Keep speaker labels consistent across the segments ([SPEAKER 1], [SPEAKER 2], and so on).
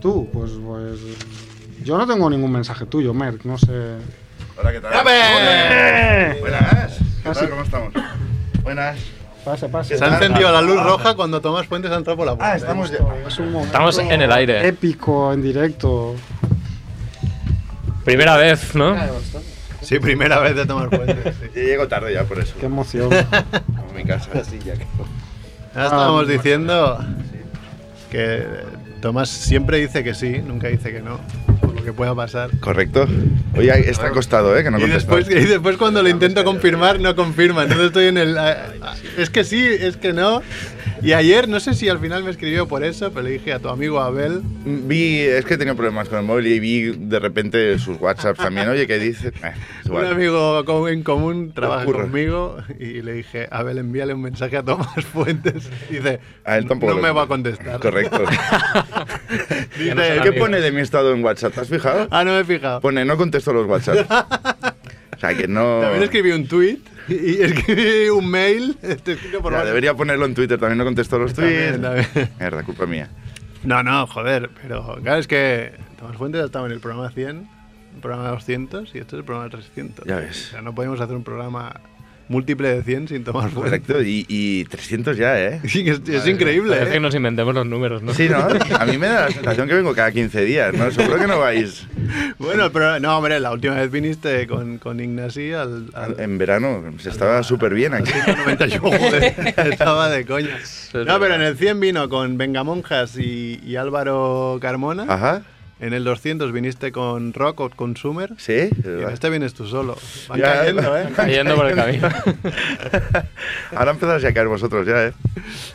[SPEAKER 1] Tú, pues, pues. Yo no tengo ningún mensaje tuyo, Merck, no sé.
[SPEAKER 2] Hola, ¿qué tal?
[SPEAKER 3] ¡Dame!
[SPEAKER 2] Hola. Buenas. ¿Qué
[SPEAKER 1] Así.
[SPEAKER 2] tal? ¿Cómo estamos? Buenas.
[SPEAKER 1] Pase, pase.
[SPEAKER 3] Se ha encendido la luz roja cuando Tomás Fuentes ha entrado por la puerta.
[SPEAKER 2] Ah, estamos ya.
[SPEAKER 1] Es un momento
[SPEAKER 4] Estamos en el aire.
[SPEAKER 1] épico en directo.
[SPEAKER 4] Primera vez, ¿no?
[SPEAKER 3] Sí, primera vez de Tomás Fuentes. pues, sí.
[SPEAKER 2] Yo llego tarde ya por eso.
[SPEAKER 1] Qué emoción.
[SPEAKER 2] A mi casa.
[SPEAKER 1] Ah,
[SPEAKER 3] Ahora estábamos diciendo que Tomás siempre dice que sí, nunca dice que no, por lo que pueda pasar.
[SPEAKER 2] Correcto. Oye, está acostado, ¿eh? Que no
[SPEAKER 3] Y
[SPEAKER 2] contestas.
[SPEAKER 3] después, y después cuando lo intento confirmar, no confirma. Entonces estoy en el... ah, ah, Es que sí, es que no. Y ayer, no sé si al final me escribió por eso, pero le dije a tu amigo Abel...
[SPEAKER 2] Vi, es que tenía problemas con el móvil y vi de repente sus WhatsApps también. Oye, ¿qué dice? Eh, es igual.
[SPEAKER 3] Un amigo co- en común trabaja
[SPEAKER 2] Ocurre.
[SPEAKER 3] conmigo y le dije, Abel, envíale un mensaje a Tomás Fuentes. Dice,
[SPEAKER 2] A él tampoco.
[SPEAKER 3] no
[SPEAKER 2] lo-
[SPEAKER 3] me va a contestar.
[SPEAKER 2] Correcto.
[SPEAKER 3] Dice,
[SPEAKER 2] ¿Qué
[SPEAKER 4] no son
[SPEAKER 3] "¿Qué
[SPEAKER 4] amigos.
[SPEAKER 2] pone de mi estado en WhatsApp? ¿Te has fijado?
[SPEAKER 3] Ah, no me he fijado.
[SPEAKER 2] Pone, no contesto los WhatsApp. O sea, que no...
[SPEAKER 3] También escribí un tweet y escribí un mail. Este escrito por
[SPEAKER 2] Ya,
[SPEAKER 3] varios-
[SPEAKER 2] debería ponerlo en Twitter, también no contesto los tweets.
[SPEAKER 3] También, también.
[SPEAKER 2] Mierda, culpa mía.
[SPEAKER 3] No, no, joder, pero claro, es que Tomás Fuentes ha estado en el programa 100, el programa 200 y este es el programa 300.
[SPEAKER 2] Ya ves.
[SPEAKER 3] O sea, no podemos hacer un programa múltiple de 100 sin Tomás Fuentes.
[SPEAKER 2] Correcto, y, y 300 ya, ¿eh?
[SPEAKER 3] pues. Sí, es, es increíble.
[SPEAKER 4] Parece
[SPEAKER 3] ¿eh?
[SPEAKER 4] que nos inventemos los números, ¿no?
[SPEAKER 2] Sí, ¿no? A mí me da la sensación que vengo cada 15 días, ¿no? Seguro que no vais
[SPEAKER 3] Bueno, pero no, hombre, la última vez viniste con, con Ignasi al, al,
[SPEAKER 2] en verano, se estaba súper bien aquí.
[SPEAKER 3] 191, joder, estaba de coña.
[SPEAKER 4] es
[SPEAKER 3] No, pero
[SPEAKER 4] verdad.
[SPEAKER 3] en el 100 vino con Vengamonjas y, y Álvaro Carmona.
[SPEAKER 2] Ajá,
[SPEAKER 3] En el 200 viniste con Rock o Consumer.
[SPEAKER 2] sí.
[SPEAKER 3] Y en este vienes tú solo. Van
[SPEAKER 2] Ya,
[SPEAKER 3] cayendo, ¿eh?
[SPEAKER 4] Cayendo por el camino.
[SPEAKER 2] Ahora empezáis a caer vosotros ya, ¿eh?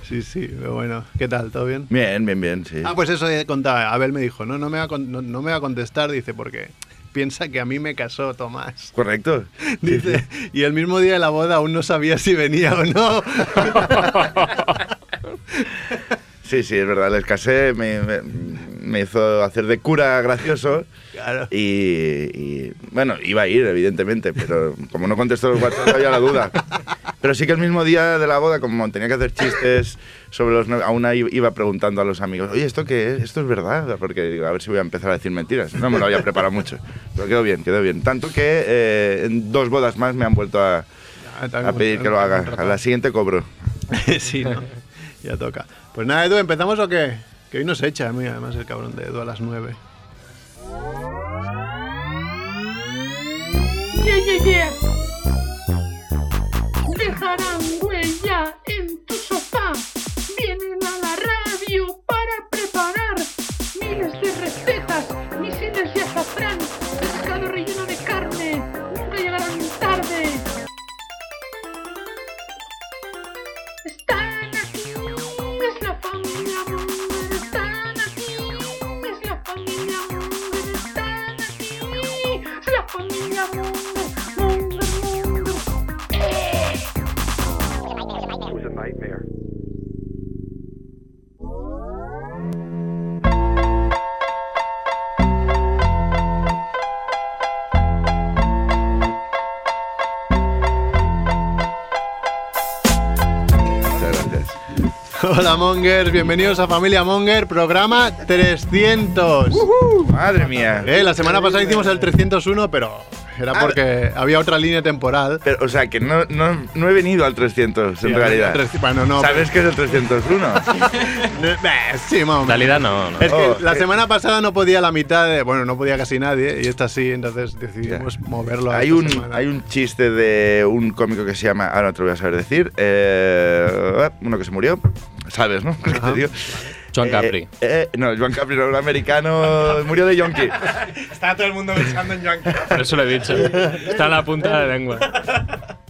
[SPEAKER 3] Sí, sí, pero bueno. ¿Qué tal? ¿Todo bien?
[SPEAKER 2] Bien, bien, bien, sí.
[SPEAKER 3] Ah, pues eso he contado. Abel me dijo, no, no me va a, con- no, no me va a contestar, dice, porque piensa que a mí me casó Tomás.
[SPEAKER 2] Correcto.
[SPEAKER 3] Dice, y el mismo día de la boda aún no sabía si venía o no.
[SPEAKER 2] Sí, sí, es verdad, les casé, me, me- me hizo hacer de cura gracioso.
[SPEAKER 3] Claro.
[SPEAKER 2] Y, y, bueno, iba a ir, evidentemente, pero como no contestó los WhatsApp, había la duda. Pero sí que el mismo día de la boda, como tenía que hacer chistes sobre los. no- A una i- iba preguntando a los amigos, oye, ¿esto qué es? ¿Esto es verdad? Porque digo, a ver si voy a empezar a decir mentiras. No me lo había preparado mucho. Pero quedó bien, quedó bien. Tanto que eh, en dos bodas más me han vuelto a,
[SPEAKER 3] Ah,
[SPEAKER 2] a
[SPEAKER 3] también-
[SPEAKER 2] pedir que lo haga. A la siguiente cobro.
[SPEAKER 3] sí, ¿no? Ya toca. Pues nada, Edu, ¿empezamos o qué? Que hoy nos echa, mira, además el cabrón de Edu a las 9.
[SPEAKER 5] Yeah, yeah, yeah. Dejarán huella en tu sofá. Vienen a la radio para preparar miles de recetas, misiles de azafrán, pescado relleno de carne. Nunca llegarán tarde. Están aquí, es la familia Munger. Están aquí, es la familia Munger. Están aquí, es la familia Munger. Munger, Munger.
[SPEAKER 2] Muchas gracias.
[SPEAKER 3] Hola, Mongers, bienvenidos a Familia Monger, programa 300.
[SPEAKER 2] Madre mía.
[SPEAKER 3] Eh, la semana pasada hicimos el 301, pero era
[SPEAKER 2] Ah,
[SPEAKER 3] porque había otra línea temporal.
[SPEAKER 2] Pero, o sea, que no, no, no he venido al 300, en realidad.
[SPEAKER 3] Bueno, no.
[SPEAKER 2] ¿Sabes qué es el 301?
[SPEAKER 3] pero- eh, sí, más o
[SPEAKER 4] En
[SPEAKER 3] menos.
[SPEAKER 4] realidad no, no.
[SPEAKER 3] Es que
[SPEAKER 2] Oh,
[SPEAKER 3] la
[SPEAKER 2] eh.
[SPEAKER 3] semana pasada no podía la mitad de. Bueno, no podía casi nadie, y esta sí, entonces decidimos moverlo a
[SPEAKER 2] hay,
[SPEAKER 3] esta
[SPEAKER 2] un,
[SPEAKER 3] semana.
[SPEAKER 2] hay un chiste de un cómico que se llama. Ahora te lo voy a saber decir. eh, uno que se murió. Sabes, ¿no? ¿Qué te digo?
[SPEAKER 4] John
[SPEAKER 2] Eh,
[SPEAKER 4] Capri.
[SPEAKER 2] eh, no, John Capri era un americano. Murió de yonki.
[SPEAKER 6] Estaba todo el mundo pensando en Joan Carlos.
[SPEAKER 4] Por eso lo he dicho. Está en la punta de la lengua.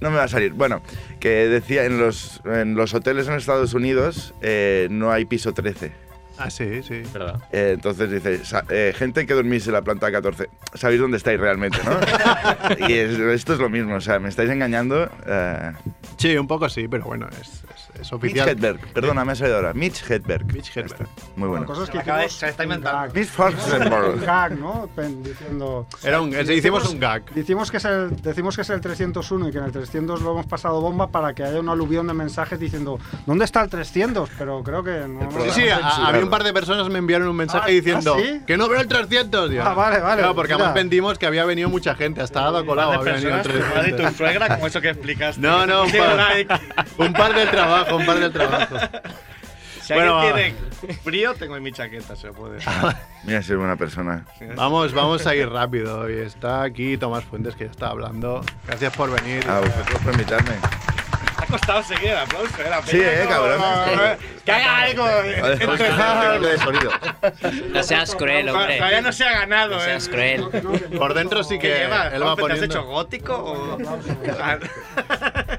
[SPEAKER 2] No me va a salir. Bueno, que decía en los, en los hoteles en Estados Unidos eh, no hay piso 13.
[SPEAKER 3] Ah, sí, sí.
[SPEAKER 4] ¿Verdad?
[SPEAKER 2] Eh, entonces dice, "Sa- eh, gente que dormís en la planta 14, sabéis dónde estáis realmente, ¿no? y es- esto es lo mismo, o sea, me estáis engañando. eh,
[SPEAKER 3] Sí, un poco sí, pero bueno, es, es- es
[SPEAKER 2] Mitch
[SPEAKER 3] oficial.
[SPEAKER 2] Hedberg, perdona, me ha salido ahora. Mitch Hedberg.
[SPEAKER 3] Mitch Hedberg.
[SPEAKER 2] Ya está. Muy bueno.
[SPEAKER 1] Cosas
[SPEAKER 6] Se
[SPEAKER 1] que
[SPEAKER 6] la acaba de-
[SPEAKER 1] hicimos
[SPEAKER 6] se la está
[SPEAKER 1] en
[SPEAKER 6] inventando.
[SPEAKER 1] drag.
[SPEAKER 2] Mitch Forstenberg.
[SPEAKER 1] Un gag, ¿no? Pen- Diciendo.
[SPEAKER 3] Era un, es- hicimos un gag.
[SPEAKER 1] Decimos que, es el, decimos que es el 301 y que en el 300 lo hemos pasado bomba para que haya un aluvión de mensajes diciendo ¿Dónde está el 300? Pero creo que no... no-
[SPEAKER 3] Sí, sí, a- había un par de personas me enviaron un mensaje diciendo
[SPEAKER 1] ¿ah, sí?
[SPEAKER 3] que no veo el 300. Yo,
[SPEAKER 1] Ah, vale, vale,
[SPEAKER 3] Claro, porque
[SPEAKER 1] mira.
[SPEAKER 3] además vendimos que había venido mucha gente. Hasta Ada Colau había venido
[SPEAKER 6] personas, tu madre y
[SPEAKER 3] 300.
[SPEAKER 6] tu suegra, como eso que explicaste.
[SPEAKER 3] No, no, un
[SPEAKER 6] Tiene
[SPEAKER 3] par,
[SPEAKER 6] like.
[SPEAKER 3] un par del trabajo, un par del trabajo.
[SPEAKER 6] Si
[SPEAKER 3] Bueno, Ah.
[SPEAKER 6] alguien tiene frío, tengo en mi chaqueta, se puede.
[SPEAKER 2] Mira si es buena persona.
[SPEAKER 3] Vamos, vamos a ir rápido. Y está aquí Tomás Fuentes, que ya está hablando. Gracias por venir.
[SPEAKER 2] A vosotros por invitarme.
[SPEAKER 6] Ha costado seguir el aplauso, era
[SPEAKER 2] Sí, eh, cabrón.
[SPEAKER 6] Que haga algo. eh.
[SPEAKER 2] Joder, tengo que de sonido.
[SPEAKER 7] No seas cruel, hombre.
[SPEAKER 6] Todavía no se ha ganado,
[SPEAKER 7] No
[SPEAKER 6] eh.
[SPEAKER 7] seas cruel.
[SPEAKER 3] por dentro sí
[SPEAKER 6] ¿Qué
[SPEAKER 3] que él
[SPEAKER 6] lleva?
[SPEAKER 3] va
[SPEAKER 6] ¿Te has
[SPEAKER 3] poniendo.
[SPEAKER 6] hecho gótico o.?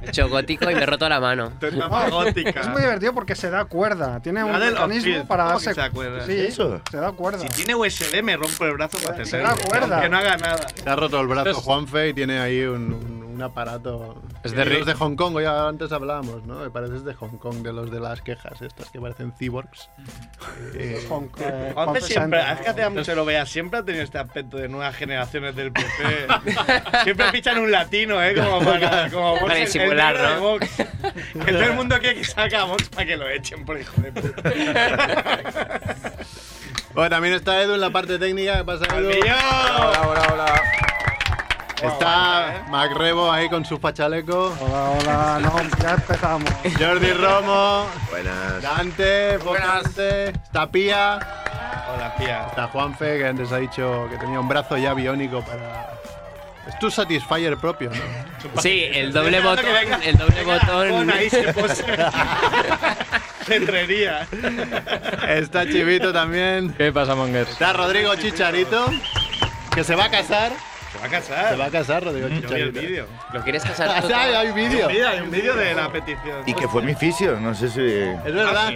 [SPEAKER 7] He hecho gótico y me he roto la mano.
[SPEAKER 6] Te tapa gótica.
[SPEAKER 1] Es muy divertido porque se da cuerda. Tiene un
[SPEAKER 6] La del
[SPEAKER 1] mecanismo
[SPEAKER 6] Oxford.
[SPEAKER 1] para
[SPEAKER 6] ¿Cómo
[SPEAKER 1] darse.
[SPEAKER 6] que se da cuerda?
[SPEAKER 1] Sí,
[SPEAKER 2] ¿Eso?
[SPEAKER 1] se da cuerda.
[SPEAKER 6] Si tiene USB, me rompo el brazo para
[SPEAKER 1] Se
[SPEAKER 6] hacer
[SPEAKER 1] da cuerda.
[SPEAKER 6] Que no haga nada.
[SPEAKER 3] Se ha roto el brazo
[SPEAKER 4] Esto es-
[SPEAKER 3] Juanfe y tiene ahí un, un- un aparato.
[SPEAKER 4] Es
[SPEAKER 3] Que
[SPEAKER 4] de
[SPEAKER 3] los
[SPEAKER 4] ri-
[SPEAKER 3] de Hong Kong, ya antes hablábamos, ¿no? Me parece es de Hong Kong, de los de las quejas estas que parecen cyborgs. Eh,
[SPEAKER 1] Con- eh, con
[SPEAKER 6] Juanfe siempre,
[SPEAKER 1] presente.
[SPEAKER 6] es que hace mucho lo vea, siempre ha tenido este aspecto de nuevas generaciones del PP. siempre fichan un latino, ¿eh? Como para, como Vox,
[SPEAKER 7] Para
[SPEAKER 6] el- el
[SPEAKER 7] disimular,
[SPEAKER 6] negro de
[SPEAKER 7] ¿no?
[SPEAKER 6] Vox. Que todo el mundo quiere que salga a Vox para que lo echen, por hijo de puta.
[SPEAKER 3] Bueno, también está Edu en la parte técnica. ¿Qué pasa, Edu?
[SPEAKER 6] ¡Almillón!
[SPEAKER 8] hola, hola.
[SPEAKER 3] Está Macrebo ahí con su pachaleco.
[SPEAKER 1] Hola, hola, no, ya empezamos.
[SPEAKER 3] Jordi Romo.
[SPEAKER 2] Buenas.
[SPEAKER 3] Dante, Dante. Está Pía.
[SPEAKER 6] Hola, tía.
[SPEAKER 3] Está Juanfe, que antes ha dicho que tenía un brazo ya biónico para. Es tu satisfier propio, ¿no?
[SPEAKER 7] Sí, el doble
[SPEAKER 6] Estoy esperando
[SPEAKER 7] botón.
[SPEAKER 6] que venga-
[SPEAKER 7] El doble
[SPEAKER 6] venga Arjona, Ahí
[SPEAKER 7] botón.
[SPEAKER 6] se pose. Centrería.
[SPEAKER 3] Está Chivito también.
[SPEAKER 4] ¿Qué pasa, Mongers?
[SPEAKER 3] Está Rodrigo Chicharito, que se va a casar.
[SPEAKER 6] Se va a
[SPEAKER 3] Se
[SPEAKER 6] casar.
[SPEAKER 3] va a casar, Rodrigo
[SPEAKER 6] Yo vi el
[SPEAKER 3] Chicharito.
[SPEAKER 6] vídeo.
[SPEAKER 7] ¿Lo quieres
[SPEAKER 3] Ah,
[SPEAKER 7] casar tú?
[SPEAKER 3] sí, hay, hay vídeo.
[SPEAKER 6] Mira, hay un vídeo de la petición. Ah,
[SPEAKER 2] Y que fue mi fisio, no sé si.
[SPEAKER 3] Es verdad.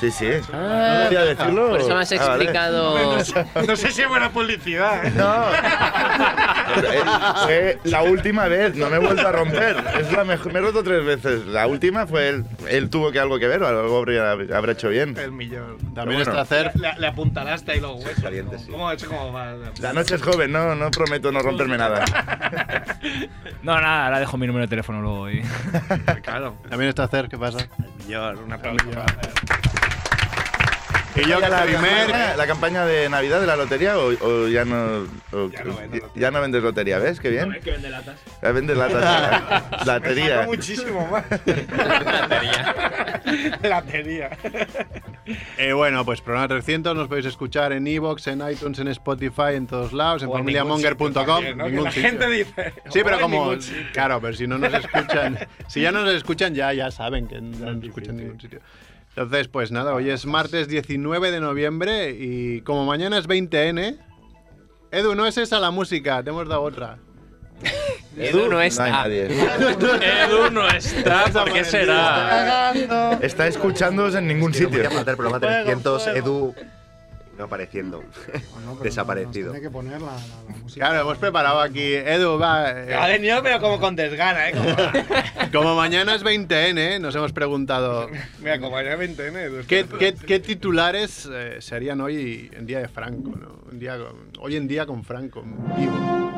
[SPEAKER 2] Sí, sí. ¿No decía decirlo?
[SPEAKER 7] Por Pues eso Ah. me has
[SPEAKER 2] Ah, vale.
[SPEAKER 7] explicado.
[SPEAKER 6] No sé si es buena publicidad. ¿eh?
[SPEAKER 2] No. Eh, Fue la última vez, no me he vuelto a romper. Es la mejor, me he roto tres veces. La última fue él. Él tuvo que algo que ver, o algo habría, habrá hecho bien.
[SPEAKER 6] El millón.
[SPEAKER 3] También
[SPEAKER 2] Pero bueno.
[SPEAKER 3] está Cer.
[SPEAKER 6] Le, le apuntalaste ahí los huesos.
[SPEAKER 2] Caliente, sí.
[SPEAKER 6] ¿Cómo, eso cómo va?
[SPEAKER 2] La noche es joven, no, no prometo no romperme nada.
[SPEAKER 8] No, nada, ahora dejo mi número de teléfono luego y.
[SPEAKER 6] Claro.
[SPEAKER 3] También está Cer, ¿qué pasa?
[SPEAKER 6] Millón, un aplauso.
[SPEAKER 3] Y yo,
[SPEAKER 2] Ya la,
[SPEAKER 3] Casimer.
[SPEAKER 2] campaña, la campaña de Navidad de la lotería o, o ya no o-
[SPEAKER 6] Ya no vendo
[SPEAKER 2] ya no vendes lotería, ¿ves? Qué bien.
[SPEAKER 8] que vende latas.
[SPEAKER 2] Ya vendes latas.
[SPEAKER 6] Saca
[SPEAKER 2] Latería.
[SPEAKER 6] muchísimo más. Latería. Latería.
[SPEAKER 3] Eh, bueno, pues programa 300 nos podéis escuchar en Evox, en iTunes, en Spotify, en todos lados, en
[SPEAKER 6] O en ningún sitio
[SPEAKER 3] familiamonger.com.
[SPEAKER 6] también, ¿no? Que
[SPEAKER 3] ningún
[SPEAKER 6] La
[SPEAKER 3] sitio.
[SPEAKER 6] gente dice.
[SPEAKER 3] Sí, pero
[SPEAKER 6] "Joder,
[SPEAKER 3] como.
[SPEAKER 6] ningún sitio".
[SPEAKER 3] Claro, pero si no nos escuchan. si ya nos escuchan, ya, ya saben que no nos escuchan en ningún sitio. Entonces, pues nada, hoy es martes 19 de noviembre y como mañana es 20N. Edu, no es esa la música, te hemos dado otra.
[SPEAKER 7] Edu no
[SPEAKER 2] No hay
[SPEAKER 7] está.
[SPEAKER 2] nadie.
[SPEAKER 4] Edu no está, ¿por qué será?
[SPEAKER 2] Está escuchándoos en ningún
[SPEAKER 9] Quiero
[SPEAKER 2] sitio.
[SPEAKER 9] voy a mandar programa 300, Edu no apareciendo.
[SPEAKER 1] Bueno, pero
[SPEAKER 9] Desaparecido.
[SPEAKER 1] Tiene que poner la, la- la música.
[SPEAKER 3] Claro, hemos preparado aquí. Edu, va. eh,
[SPEAKER 6] Ha venido, pero como con desgana, ¿eh? Como,
[SPEAKER 3] como mañana es 20N, nos hemos preguntado.
[SPEAKER 6] mira, como ya me entiendes.
[SPEAKER 3] ¿Qué, qué- qué titulares eh, se harían hoy en día de Franco? ¿no? Un día con- hoy en día con Franco, vivo.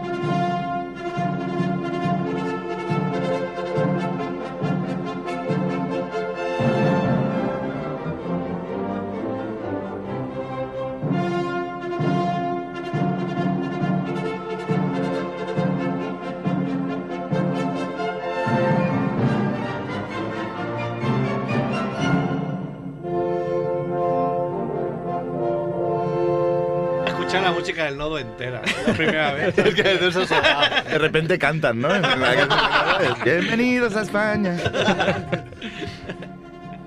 [SPEAKER 6] Escuchar la música del nodo entera. La primera vez.
[SPEAKER 3] Es que Edu se ha sobrado.
[SPEAKER 2] De repente cantan, ¿no? En la canción. Bienvenidos a España.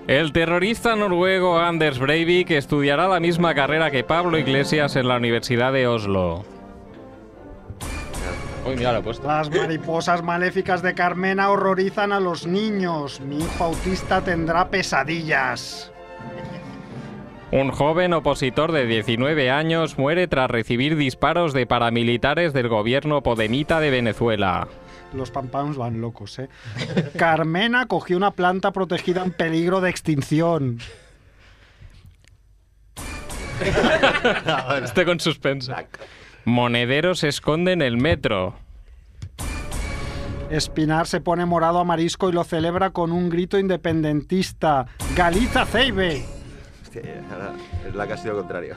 [SPEAKER 4] El terrorista noruego Anders Breivik estudiará la misma carrera que Pablo Iglesias en la Universidad de Oslo. Uy, mira, la he puesto.
[SPEAKER 1] Las mariposas maléficas de Carmena horrorizan a los niños. Mi hijo autista tendrá pesadillas.
[SPEAKER 4] Un joven opositor de 19 años muere tras recibir disparos de paramilitares del gobierno Podemita de Venezuela.
[SPEAKER 1] Los pampams van locos, ¿eh? Carmena cogió una planta protegida en peligro de extinción.
[SPEAKER 4] Este con suspenso. Monedero se esconde en el metro.
[SPEAKER 1] Espinar se pone morado a marisco y lo celebra con un grito independentista. ¡Galiza Ceibe!
[SPEAKER 9] Hostia, ahora es la que ha sido contrario.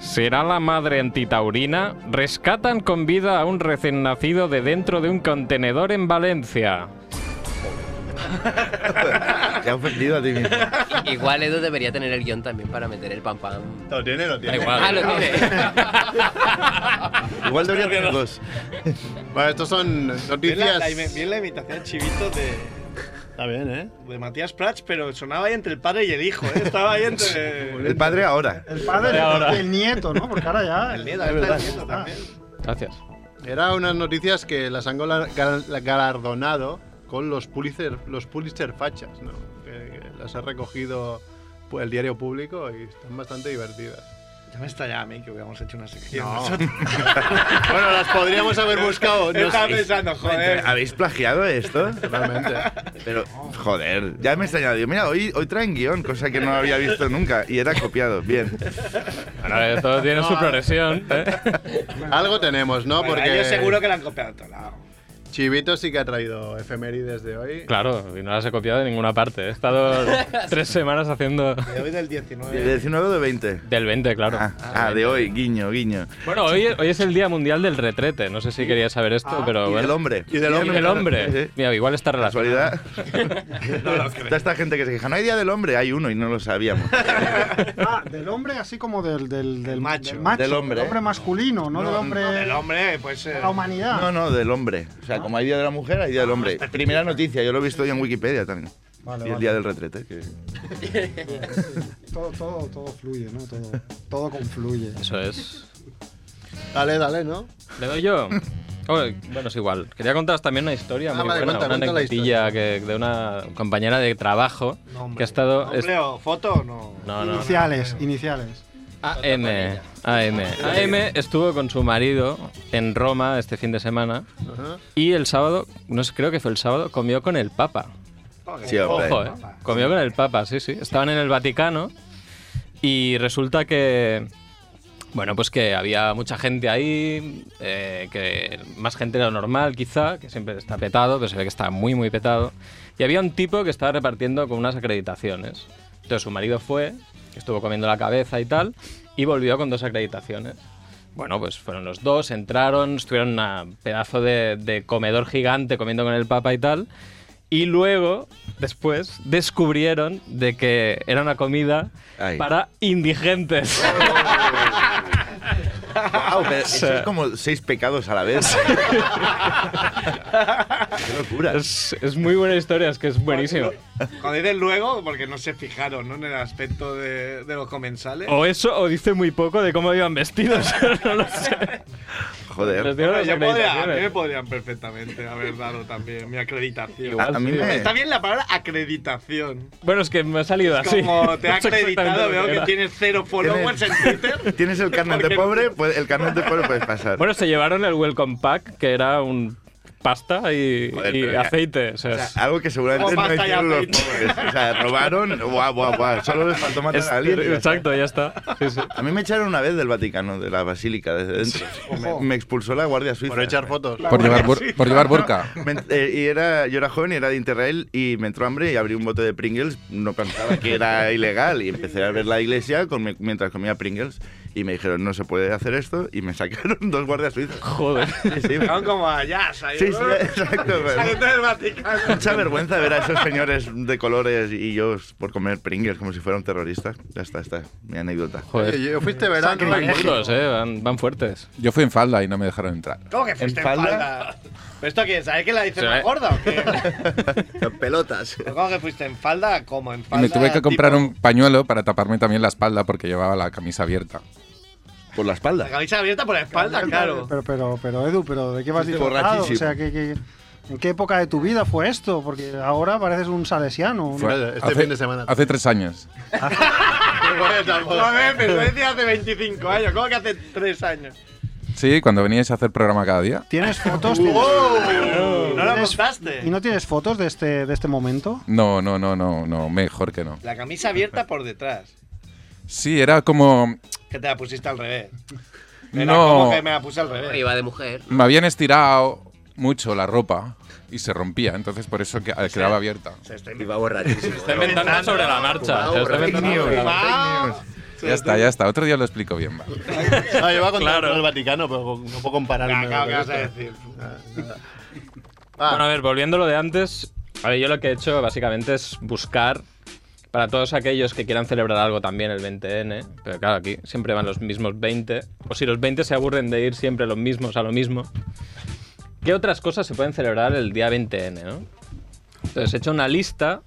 [SPEAKER 4] ¿Será la madre antitaurina? Rescatan con vida a un recién nacido de dentro de un contenedor en Valencia.
[SPEAKER 2] Te ha ofendido a ti mismo.
[SPEAKER 7] Igual Edu debería tener el guión también para meter el pam pam.
[SPEAKER 3] Lo tiene, lo
[SPEAKER 7] Da
[SPEAKER 3] tiene.
[SPEAKER 7] igual. Ah, lo tiene.
[SPEAKER 2] Igual debería tener dos.
[SPEAKER 3] Bueno, estos son
[SPEAKER 6] Bien la,
[SPEAKER 3] noticias.
[SPEAKER 6] la imi- bien la imitación chivito de,
[SPEAKER 3] Está bien, ¿eh?
[SPEAKER 6] de Matías Prats, pero sonaba ahí entre el padre y el hijo, ¿eh? Estaba ahí entre.
[SPEAKER 2] El padre ahora.
[SPEAKER 1] El padre y el nieto, ¿no? Porque ahora ya.
[SPEAKER 6] Ah, El nieto, ahí está el nieto también.
[SPEAKER 4] Gracias.
[SPEAKER 3] Era unas noticias que las han gola- gal- galardonado con los Pulitzer, los Pulitzer fachas, ¿no? Que- que las ha recogido pues, el diario público y están bastante divertidas.
[SPEAKER 6] Ya me está ya a mí que hubiéramos hecho una sección.
[SPEAKER 3] No.
[SPEAKER 6] nosotros.
[SPEAKER 3] Bueno, las podríamos haber buscado. no
[SPEAKER 6] Estaba
[SPEAKER 3] sé.
[SPEAKER 6] pensando, joder.
[SPEAKER 2] ¿Habéis plagiado esto?
[SPEAKER 3] Realmente.
[SPEAKER 2] Pero, joder, ya me he extrañado. Digo, Mira, hoy, hoy traen guión, cosa que no había visto nunca. Y era copiado. Bien.
[SPEAKER 4] Bueno, todo tiene su progresión. ¿eh?
[SPEAKER 3] Algo tenemos, ¿no?
[SPEAKER 6] Bueno,
[SPEAKER 3] Porque
[SPEAKER 6] Yo seguro que la han copiado de otro lado.
[SPEAKER 3] Chivito sí que ha traído efemérides de hoy.
[SPEAKER 4] Claro, y no las he copiado de ninguna parte. He estado tres semanas haciendo
[SPEAKER 6] De hoy del
[SPEAKER 2] ¿De
[SPEAKER 6] 19.
[SPEAKER 2] 19 o de 20?
[SPEAKER 4] del 20, claro.
[SPEAKER 2] Ah, ah, de hoy, guiño, guiño.
[SPEAKER 4] Bueno, hoy, hoy es el Día Mundial del Retrete. No sé si querías saber esto,
[SPEAKER 2] Y
[SPEAKER 4] pero
[SPEAKER 2] del
[SPEAKER 4] bueno.
[SPEAKER 2] hombre.
[SPEAKER 3] Ah, Y del
[SPEAKER 4] Y del
[SPEAKER 2] Sí, sí.
[SPEAKER 4] hombre. Mira, igual está relacionado.
[SPEAKER 2] Casualidad. Toda esta gente que se queja, no hay día del hombre, hay uno y no lo sabíamos.
[SPEAKER 1] Ah, del hombre así como del, del, del
[SPEAKER 6] macho.
[SPEAKER 1] Del,
[SPEAKER 2] Del hombre.
[SPEAKER 1] Del hombre masculino, no, del hombre.
[SPEAKER 6] El hombre, pues. eh,
[SPEAKER 1] de la humanidad.
[SPEAKER 2] No, no, del hombre. O sea, como hay día de la mujer, hay día del hombre. Primera noticia, yo lo he visto hoy en Wikipedia también.
[SPEAKER 1] Vale,
[SPEAKER 2] y el
[SPEAKER 1] vale.
[SPEAKER 2] día del retrete. que-
[SPEAKER 1] Todo, todo, todo fluye, ¿no? Todo, todo confluye.
[SPEAKER 4] Eso es.
[SPEAKER 3] Dale, dale, ¿no?
[SPEAKER 4] ¿Le doy yo? Oh, bueno, es igual. Quería contaros también una historia
[SPEAKER 3] Ah,
[SPEAKER 4] muy
[SPEAKER 3] vale,
[SPEAKER 4] buena,
[SPEAKER 3] cuenta,
[SPEAKER 4] una
[SPEAKER 3] cuenta la
[SPEAKER 4] anecdotilla que, de una compañera de trabajo que ha estado... es-
[SPEAKER 6] ¿Hombre o foto no?
[SPEAKER 4] no, no, no.
[SPEAKER 1] iniciales, iniciales.
[SPEAKER 4] AM, AM. AM estuvo con su marido en Roma este fin de semana
[SPEAKER 3] Ajá.
[SPEAKER 4] y el sábado, no sé, creo que fue el sábado, comió con el Papa.
[SPEAKER 2] Sí, hombre.
[SPEAKER 4] Ojo, ¿eh? Comió con el Papa, sí, sí. Estaban en el Vaticano y resulta que. Bueno, pues que había mucha gente ahí, eh, que más gente de lo normal quizá, que siempre está petado, pero se ve que está muy, muy petado. Y había un tipo que estaba repartiendo con unas acreditaciones. Entonces su marido fue, que estuvo comiendo la cabeza y tal, y volvió con dos acreditaciones. Bueno, pues fueron los dos, entraron, estuvieron un pedazo de, de comedor gigante comiendo con el papa y tal. Y luego, después, descubrieron de que era una comida
[SPEAKER 2] Ay.
[SPEAKER 4] para indigentes.
[SPEAKER 2] Guau, pero eso es como seis pecados Pues a la vez. Qué locura.
[SPEAKER 4] es, es muy buena historia, es que es buenísimo.
[SPEAKER 6] Cuando dices luego, porque no se fijaron ¿no? en el aspecto de, de los comensales.
[SPEAKER 4] O eso, o dice muy poco de cómo iban vestidos. no lo sé. Les
[SPEAKER 2] Joder.
[SPEAKER 4] dieron
[SPEAKER 6] Bueno, ¿eh?
[SPEAKER 4] las
[SPEAKER 6] yo podría- a mí me
[SPEAKER 4] acreditaciones.
[SPEAKER 6] podrían perfectamente haber dado también mi acreditación.
[SPEAKER 4] Ah,
[SPEAKER 2] A, a mí me...
[SPEAKER 6] Está bien la palabra acreditación.
[SPEAKER 4] Bueno, es que me ha salido así.
[SPEAKER 6] Como te ha
[SPEAKER 4] Ah, No sé exactamente
[SPEAKER 6] acreditado,
[SPEAKER 4] lo
[SPEAKER 6] veo que
[SPEAKER 4] era.
[SPEAKER 6] tienes cero followers en
[SPEAKER 2] Tienes-
[SPEAKER 6] Twitter.
[SPEAKER 2] Tienes el carnet de pobre, pues el carnet de pobre puedes pasar.
[SPEAKER 4] Bueno, se llevaron el welcome pack, que era un pasta y,
[SPEAKER 2] Joder,
[SPEAKER 4] y
[SPEAKER 2] pero ya-
[SPEAKER 4] aceite. o sea,
[SPEAKER 2] O sea,
[SPEAKER 4] es-
[SPEAKER 2] algo que seguramente
[SPEAKER 6] Como
[SPEAKER 2] no
[SPEAKER 6] pasta y
[SPEAKER 2] hicieron los
[SPEAKER 6] aceite.
[SPEAKER 2] pobres. O sea, robaron, guau, guau, guau. Solo les faltó matar
[SPEAKER 4] es-
[SPEAKER 2] a alguien. y ya está.
[SPEAKER 4] Este, exacto, ya está. Sí, sí.
[SPEAKER 2] A mí me echaron una vez del Vaticano, de la Basílica, desde dentro. Me, me expulsó la Guardia Suiza.
[SPEAKER 3] Por echar fotos.
[SPEAKER 10] Por llevar, bur- por llevar burka.
[SPEAKER 2] Me en- eh, y era, yo era joven y era de Interrail y me entró hambre y abrí un bote de Pringles. No pensaba que era ilegal y empecé a ver la iglesia con mi- mientras comía Pringles. Y me dijeron, no se puede hacer esto. Y me sacaron dos guardias suizos.
[SPEAKER 4] Joder.
[SPEAKER 2] Sí, sí, me-
[SPEAKER 6] Son como allá, ¿sabes?
[SPEAKER 2] sí, sí, exacto.
[SPEAKER 6] La
[SPEAKER 2] pero-
[SPEAKER 6] gente del Vaticano.
[SPEAKER 2] Mucha vergüenza ver a esos señores de colores y yo por comer Pringles como si fuera un terrorista. Ya está, está. Mi anécdota.
[SPEAKER 4] Joder.
[SPEAKER 3] Oye, yo- fuiste verano.
[SPEAKER 4] Van gordos, eh, van, van fuertes.
[SPEAKER 10] Yo fui en falda y no me dejaron entrar.
[SPEAKER 6] ¿Cómo que fuiste en
[SPEAKER 2] falda?
[SPEAKER 6] falda? ¿Pero esto qué? ¿Sabes que la dice
[SPEAKER 4] Se
[SPEAKER 6] más
[SPEAKER 4] ve.
[SPEAKER 6] gorda o qué?
[SPEAKER 9] eh. Con pelotas.
[SPEAKER 6] ¿Pero ¿Cómo que fuiste en falda? ¿Cómo? ¿En
[SPEAKER 10] Y
[SPEAKER 6] falda?
[SPEAKER 10] me tuve que comprar
[SPEAKER 6] tipo-
[SPEAKER 10] un pañuelo para taparme también la espalda porque llevaba la camisa abierta.
[SPEAKER 2] Por la
[SPEAKER 6] La
[SPEAKER 2] espalda.
[SPEAKER 6] camisa abierta por la espalda, claro.
[SPEAKER 1] Pero, pero, pero, Edu, pero ¿de qué vas
[SPEAKER 2] Fuiste
[SPEAKER 1] disfrazado? O
[SPEAKER 2] borrachísimo.
[SPEAKER 1] sea, ¿qué, qué, en qué época de tu vida fue esto? Porque ahora pareces un salesiano. un-
[SPEAKER 3] Fue- Este fin de semana.
[SPEAKER 10] Hace tres años.
[SPEAKER 6] Joder, pero es de hace 25 años. ¿Cómo que hace 3 años?
[SPEAKER 10] Sí, cuando veníais a hacer programa cada día.
[SPEAKER 1] ¿Tienes fotos? tienes-
[SPEAKER 6] Uh. ¿No la
[SPEAKER 1] ¿Tienes- ¿Y
[SPEAKER 6] montaste?
[SPEAKER 1] no tienes fotos de este, de este momento?
[SPEAKER 10] No, no, no, no, no, mejor que no.
[SPEAKER 6] La camisa abierta por detrás.
[SPEAKER 10] Sí, era como.
[SPEAKER 6] Que te la pusiste al revés. Era
[SPEAKER 10] No.
[SPEAKER 6] como que me la puse al revés.
[SPEAKER 7] Iba de mujer.
[SPEAKER 10] Me habían estirado mucho la ropa y se rompía, entonces por eso que- eh, quedaba abierta.
[SPEAKER 9] Iba borrachísimo.
[SPEAKER 4] Está inventando sobre la marcha.
[SPEAKER 9] Fumado,
[SPEAKER 4] se está inventando
[SPEAKER 9] fake
[SPEAKER 4] sobre la
[SPEAKER 9] news.
[SPEAKER 4] marcha.
[SPEAKER 10] Ya está, ya está. Otro día lo explico bien. va.
[SPEAKER 3] No, Ah, yo voy a contar con el Vaticano, pero no puedo compararme.
[SPEAKER 6] Claro,
[SPEAKER 3] con
[SPEAKER 6] ¿qué vas a
[SPEAKER 3] esto.
[SPEAKER 6] decir?
[SPEAKER 3] Nada, Ah, nada. Ah.
[SPEAKER 4] Bueno, a ver, volviendo a lo de antes, a ver, yo lo que he hecho básicamente es buscar para todos aquellos que quieran celebrar algo también el 20N, pero claro, aquí siempre van los mismos 20, o si los 20 se aburren de ir siempre los mismos a lo mismo, ¿qué otras cosas se pueden celebrar el día 20N, no? Entonces he hecho una lista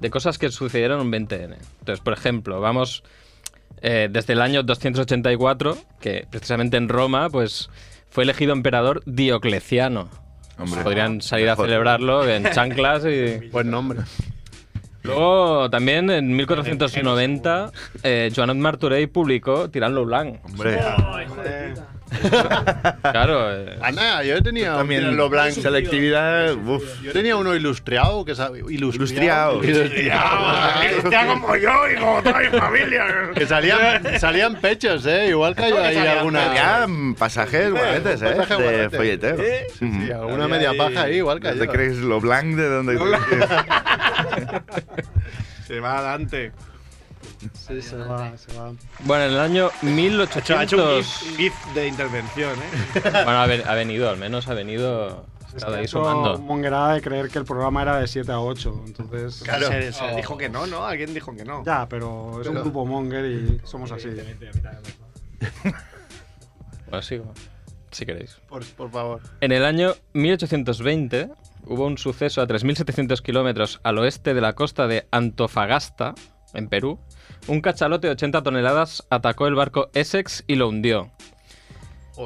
[SPEAKER 4] de cosas que sucedieron un 20N. Entonces, por ejemplo, vamos eh, desde el año 284, que precisamente en Roma, pues fue elegido emperador Diocleciano.
[SPEAKER 10] Hombre.
[SPEAKER 4] Podrían salir a
[SPEAKER 10] Mejor.
[SPEAKER 4] celebrarlo en chanclas y...
[SPEAKER 3] Buen nombre.
[SPEAKER 4] Luego, también en 1490, eh, Joanot Martorell publicó Tirant lo Blanc.
[SPEAKER 2] Hombre,
[SPEAKER 4] Claro, eh,
[SPEAKER 3] Ana, yo tenía un
[SPEAKER 2] también
[SPEAKER 3] tirarlo blanco.
[SPEAKER 2] selectividad, uff.
[SPEAKER 3] Yo tenía uno ilustrado que sa- ilustriado,
[SPEAKER 2] Ilustriado.
[SPEAKER 6] Está como yo y como toda mi familia.
[SPEAKER 3] que salían, salían pechos, ¿eh? Igual cayó ahí
[SPEAKER 6] salían
[SPEAKER 3] alguna.
[SPEAKER 2] Había mm, pasajes guanetes, ¿eh?
[SPEAKER 3] Pasaje
[SPEAKER 2] De
[SPEAKER 3] guarrete.
[SPEAKER 2] folleteo.
[SPEAKER 3] Sí, sí,
[SPEAKER 2] Ujú.
[SPEAKER 3] alguna media paja ahí, igual cayó.
[SPEAKER 2] ¿Dónde crees lo blanc de dónde crees?
[SPEAKER 6] Se va Dante.
[SPEAKER 1] Sí, se va, se va.
[SPEAKER 4] bueno, en el año
[SPEAKER 6] Ha hecho un
[SPEAKER 4] 1800...
[SPEAKER 6] gif, gif de intervención, ¿eh?
[SPEAKER 4] Bueno, ha, ve- ha venido, al menos ha venido... ha estado ahí
[SPEAKER 1] Eso,
[SPEAKER 4] sumando.
[SPEAKER 1] monguerada de creer que el programa era de 7 a 8, entonces...
[SPEAKER 6] Se, se dijo que no, ¿no? Alguien dijo que no.
[SPEAKER 1] Ya, pero es un grupo monger y somos así.
[SPEAKER 4] Bueno, sigo, Pues si queréis.
[SPEAKER 3] Por, por favor.
[SPEAKER 4] En el año 1820 hubo un suceso a 3.700 kilómetros al oeste de la costa de Antofagasta, en Perú. Un cachalote de 80 toneladas atacó el barco Essex y lo hundió.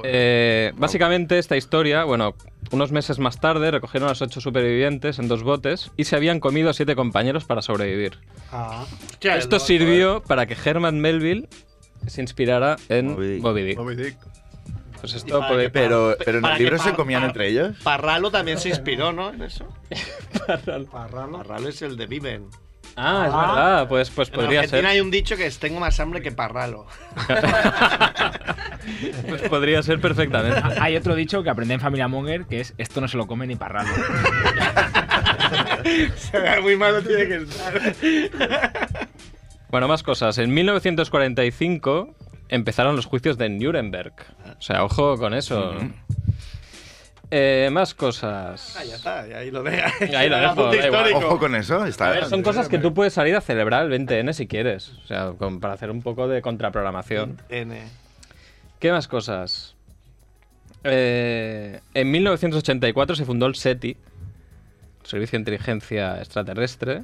[SPEAKER 4] Eh, básicamente esta historia, bueno, unos meses más tarde recogieron a los ocho supervivientes en dos botes y se habían comido a siete compañeros para sobrevivir.
[SPEAKER 1] Ah,
[SPEAKER 6] Hostia,
[SPEAKER 4] Esto
[SPEAKER 6] el- eh.
[SPEAKER 4] sirvió para que Herman Melville se inspirara en
[SPEAKER 2] Moby Dick.
[SPEAKER 4] Moby Dick.
[SPEAKER 3] Moby Dick.
[SPEAKER 4] Pues esto
[SPEAKER 6] para
[SPEAKER 4] puede-
[SPEAKER 6] que
[SPEAKER 2] Pero, pero en
[SPEAKER 6] Para
[SPEAKER 2] el
[SPEAKER 6] que
[SPEAKER 2] libro
[SPEAKER 6] pa-
[SPEAKER 2] se comían
[SPEAKER 6] pa-
[SPEAKER 2] entre ellos.
[SPEAKER 6] Parralo también se inspiró, ¿no? En eso.
[SPEAKER 1] parralo.
[SPEAKER 6] Parralo es el de Viven.
[SPEAKER 4] Ah, es
[SPEAKER 1] Ah.
[SPEAKER 4] verdad, pues, pues
[SPEAKER 6] En
[SPEAKER 4] podría
[SPEAKER 6] Argentina
[SPEAKER 4] ser.
[SPEAKER 6] hay un dicho que es tengo más hambre que parralo.
[SPEAKER 4] Pues podría ser perfectamente.
[SPEAKER 8] Ah, Hay otro dicho que aprendí en Familia Monger que es esto no se lo come ni parralo.
[SPEAKER 6] Muy malo tiene que estar.
[SPEAKER 4] Bueno, más cosas. En 1945 empezaron los juicios de Nuremberg. O sea, ojo con eso. Eh, más cosas.
[SPEAKER 6] Ah, ya está, y ahí lo deja.
[SPEAKER 4] Ahí lo dejo, da igual.
[SPEAKER 2] Ojo con eso. Está
[SPEAKER 4] A ver, son cosas que tú puedes salir a celebrar el 20N si quieres. O sea, con- para hacer un poco de contraprogramación.
[SPEAKER 6] N.
[SPEAKER 4] ¿Qué más cosas? Eh, en 1984 se fundó el SETI, Servicio de Inteligencia Extraterrestre.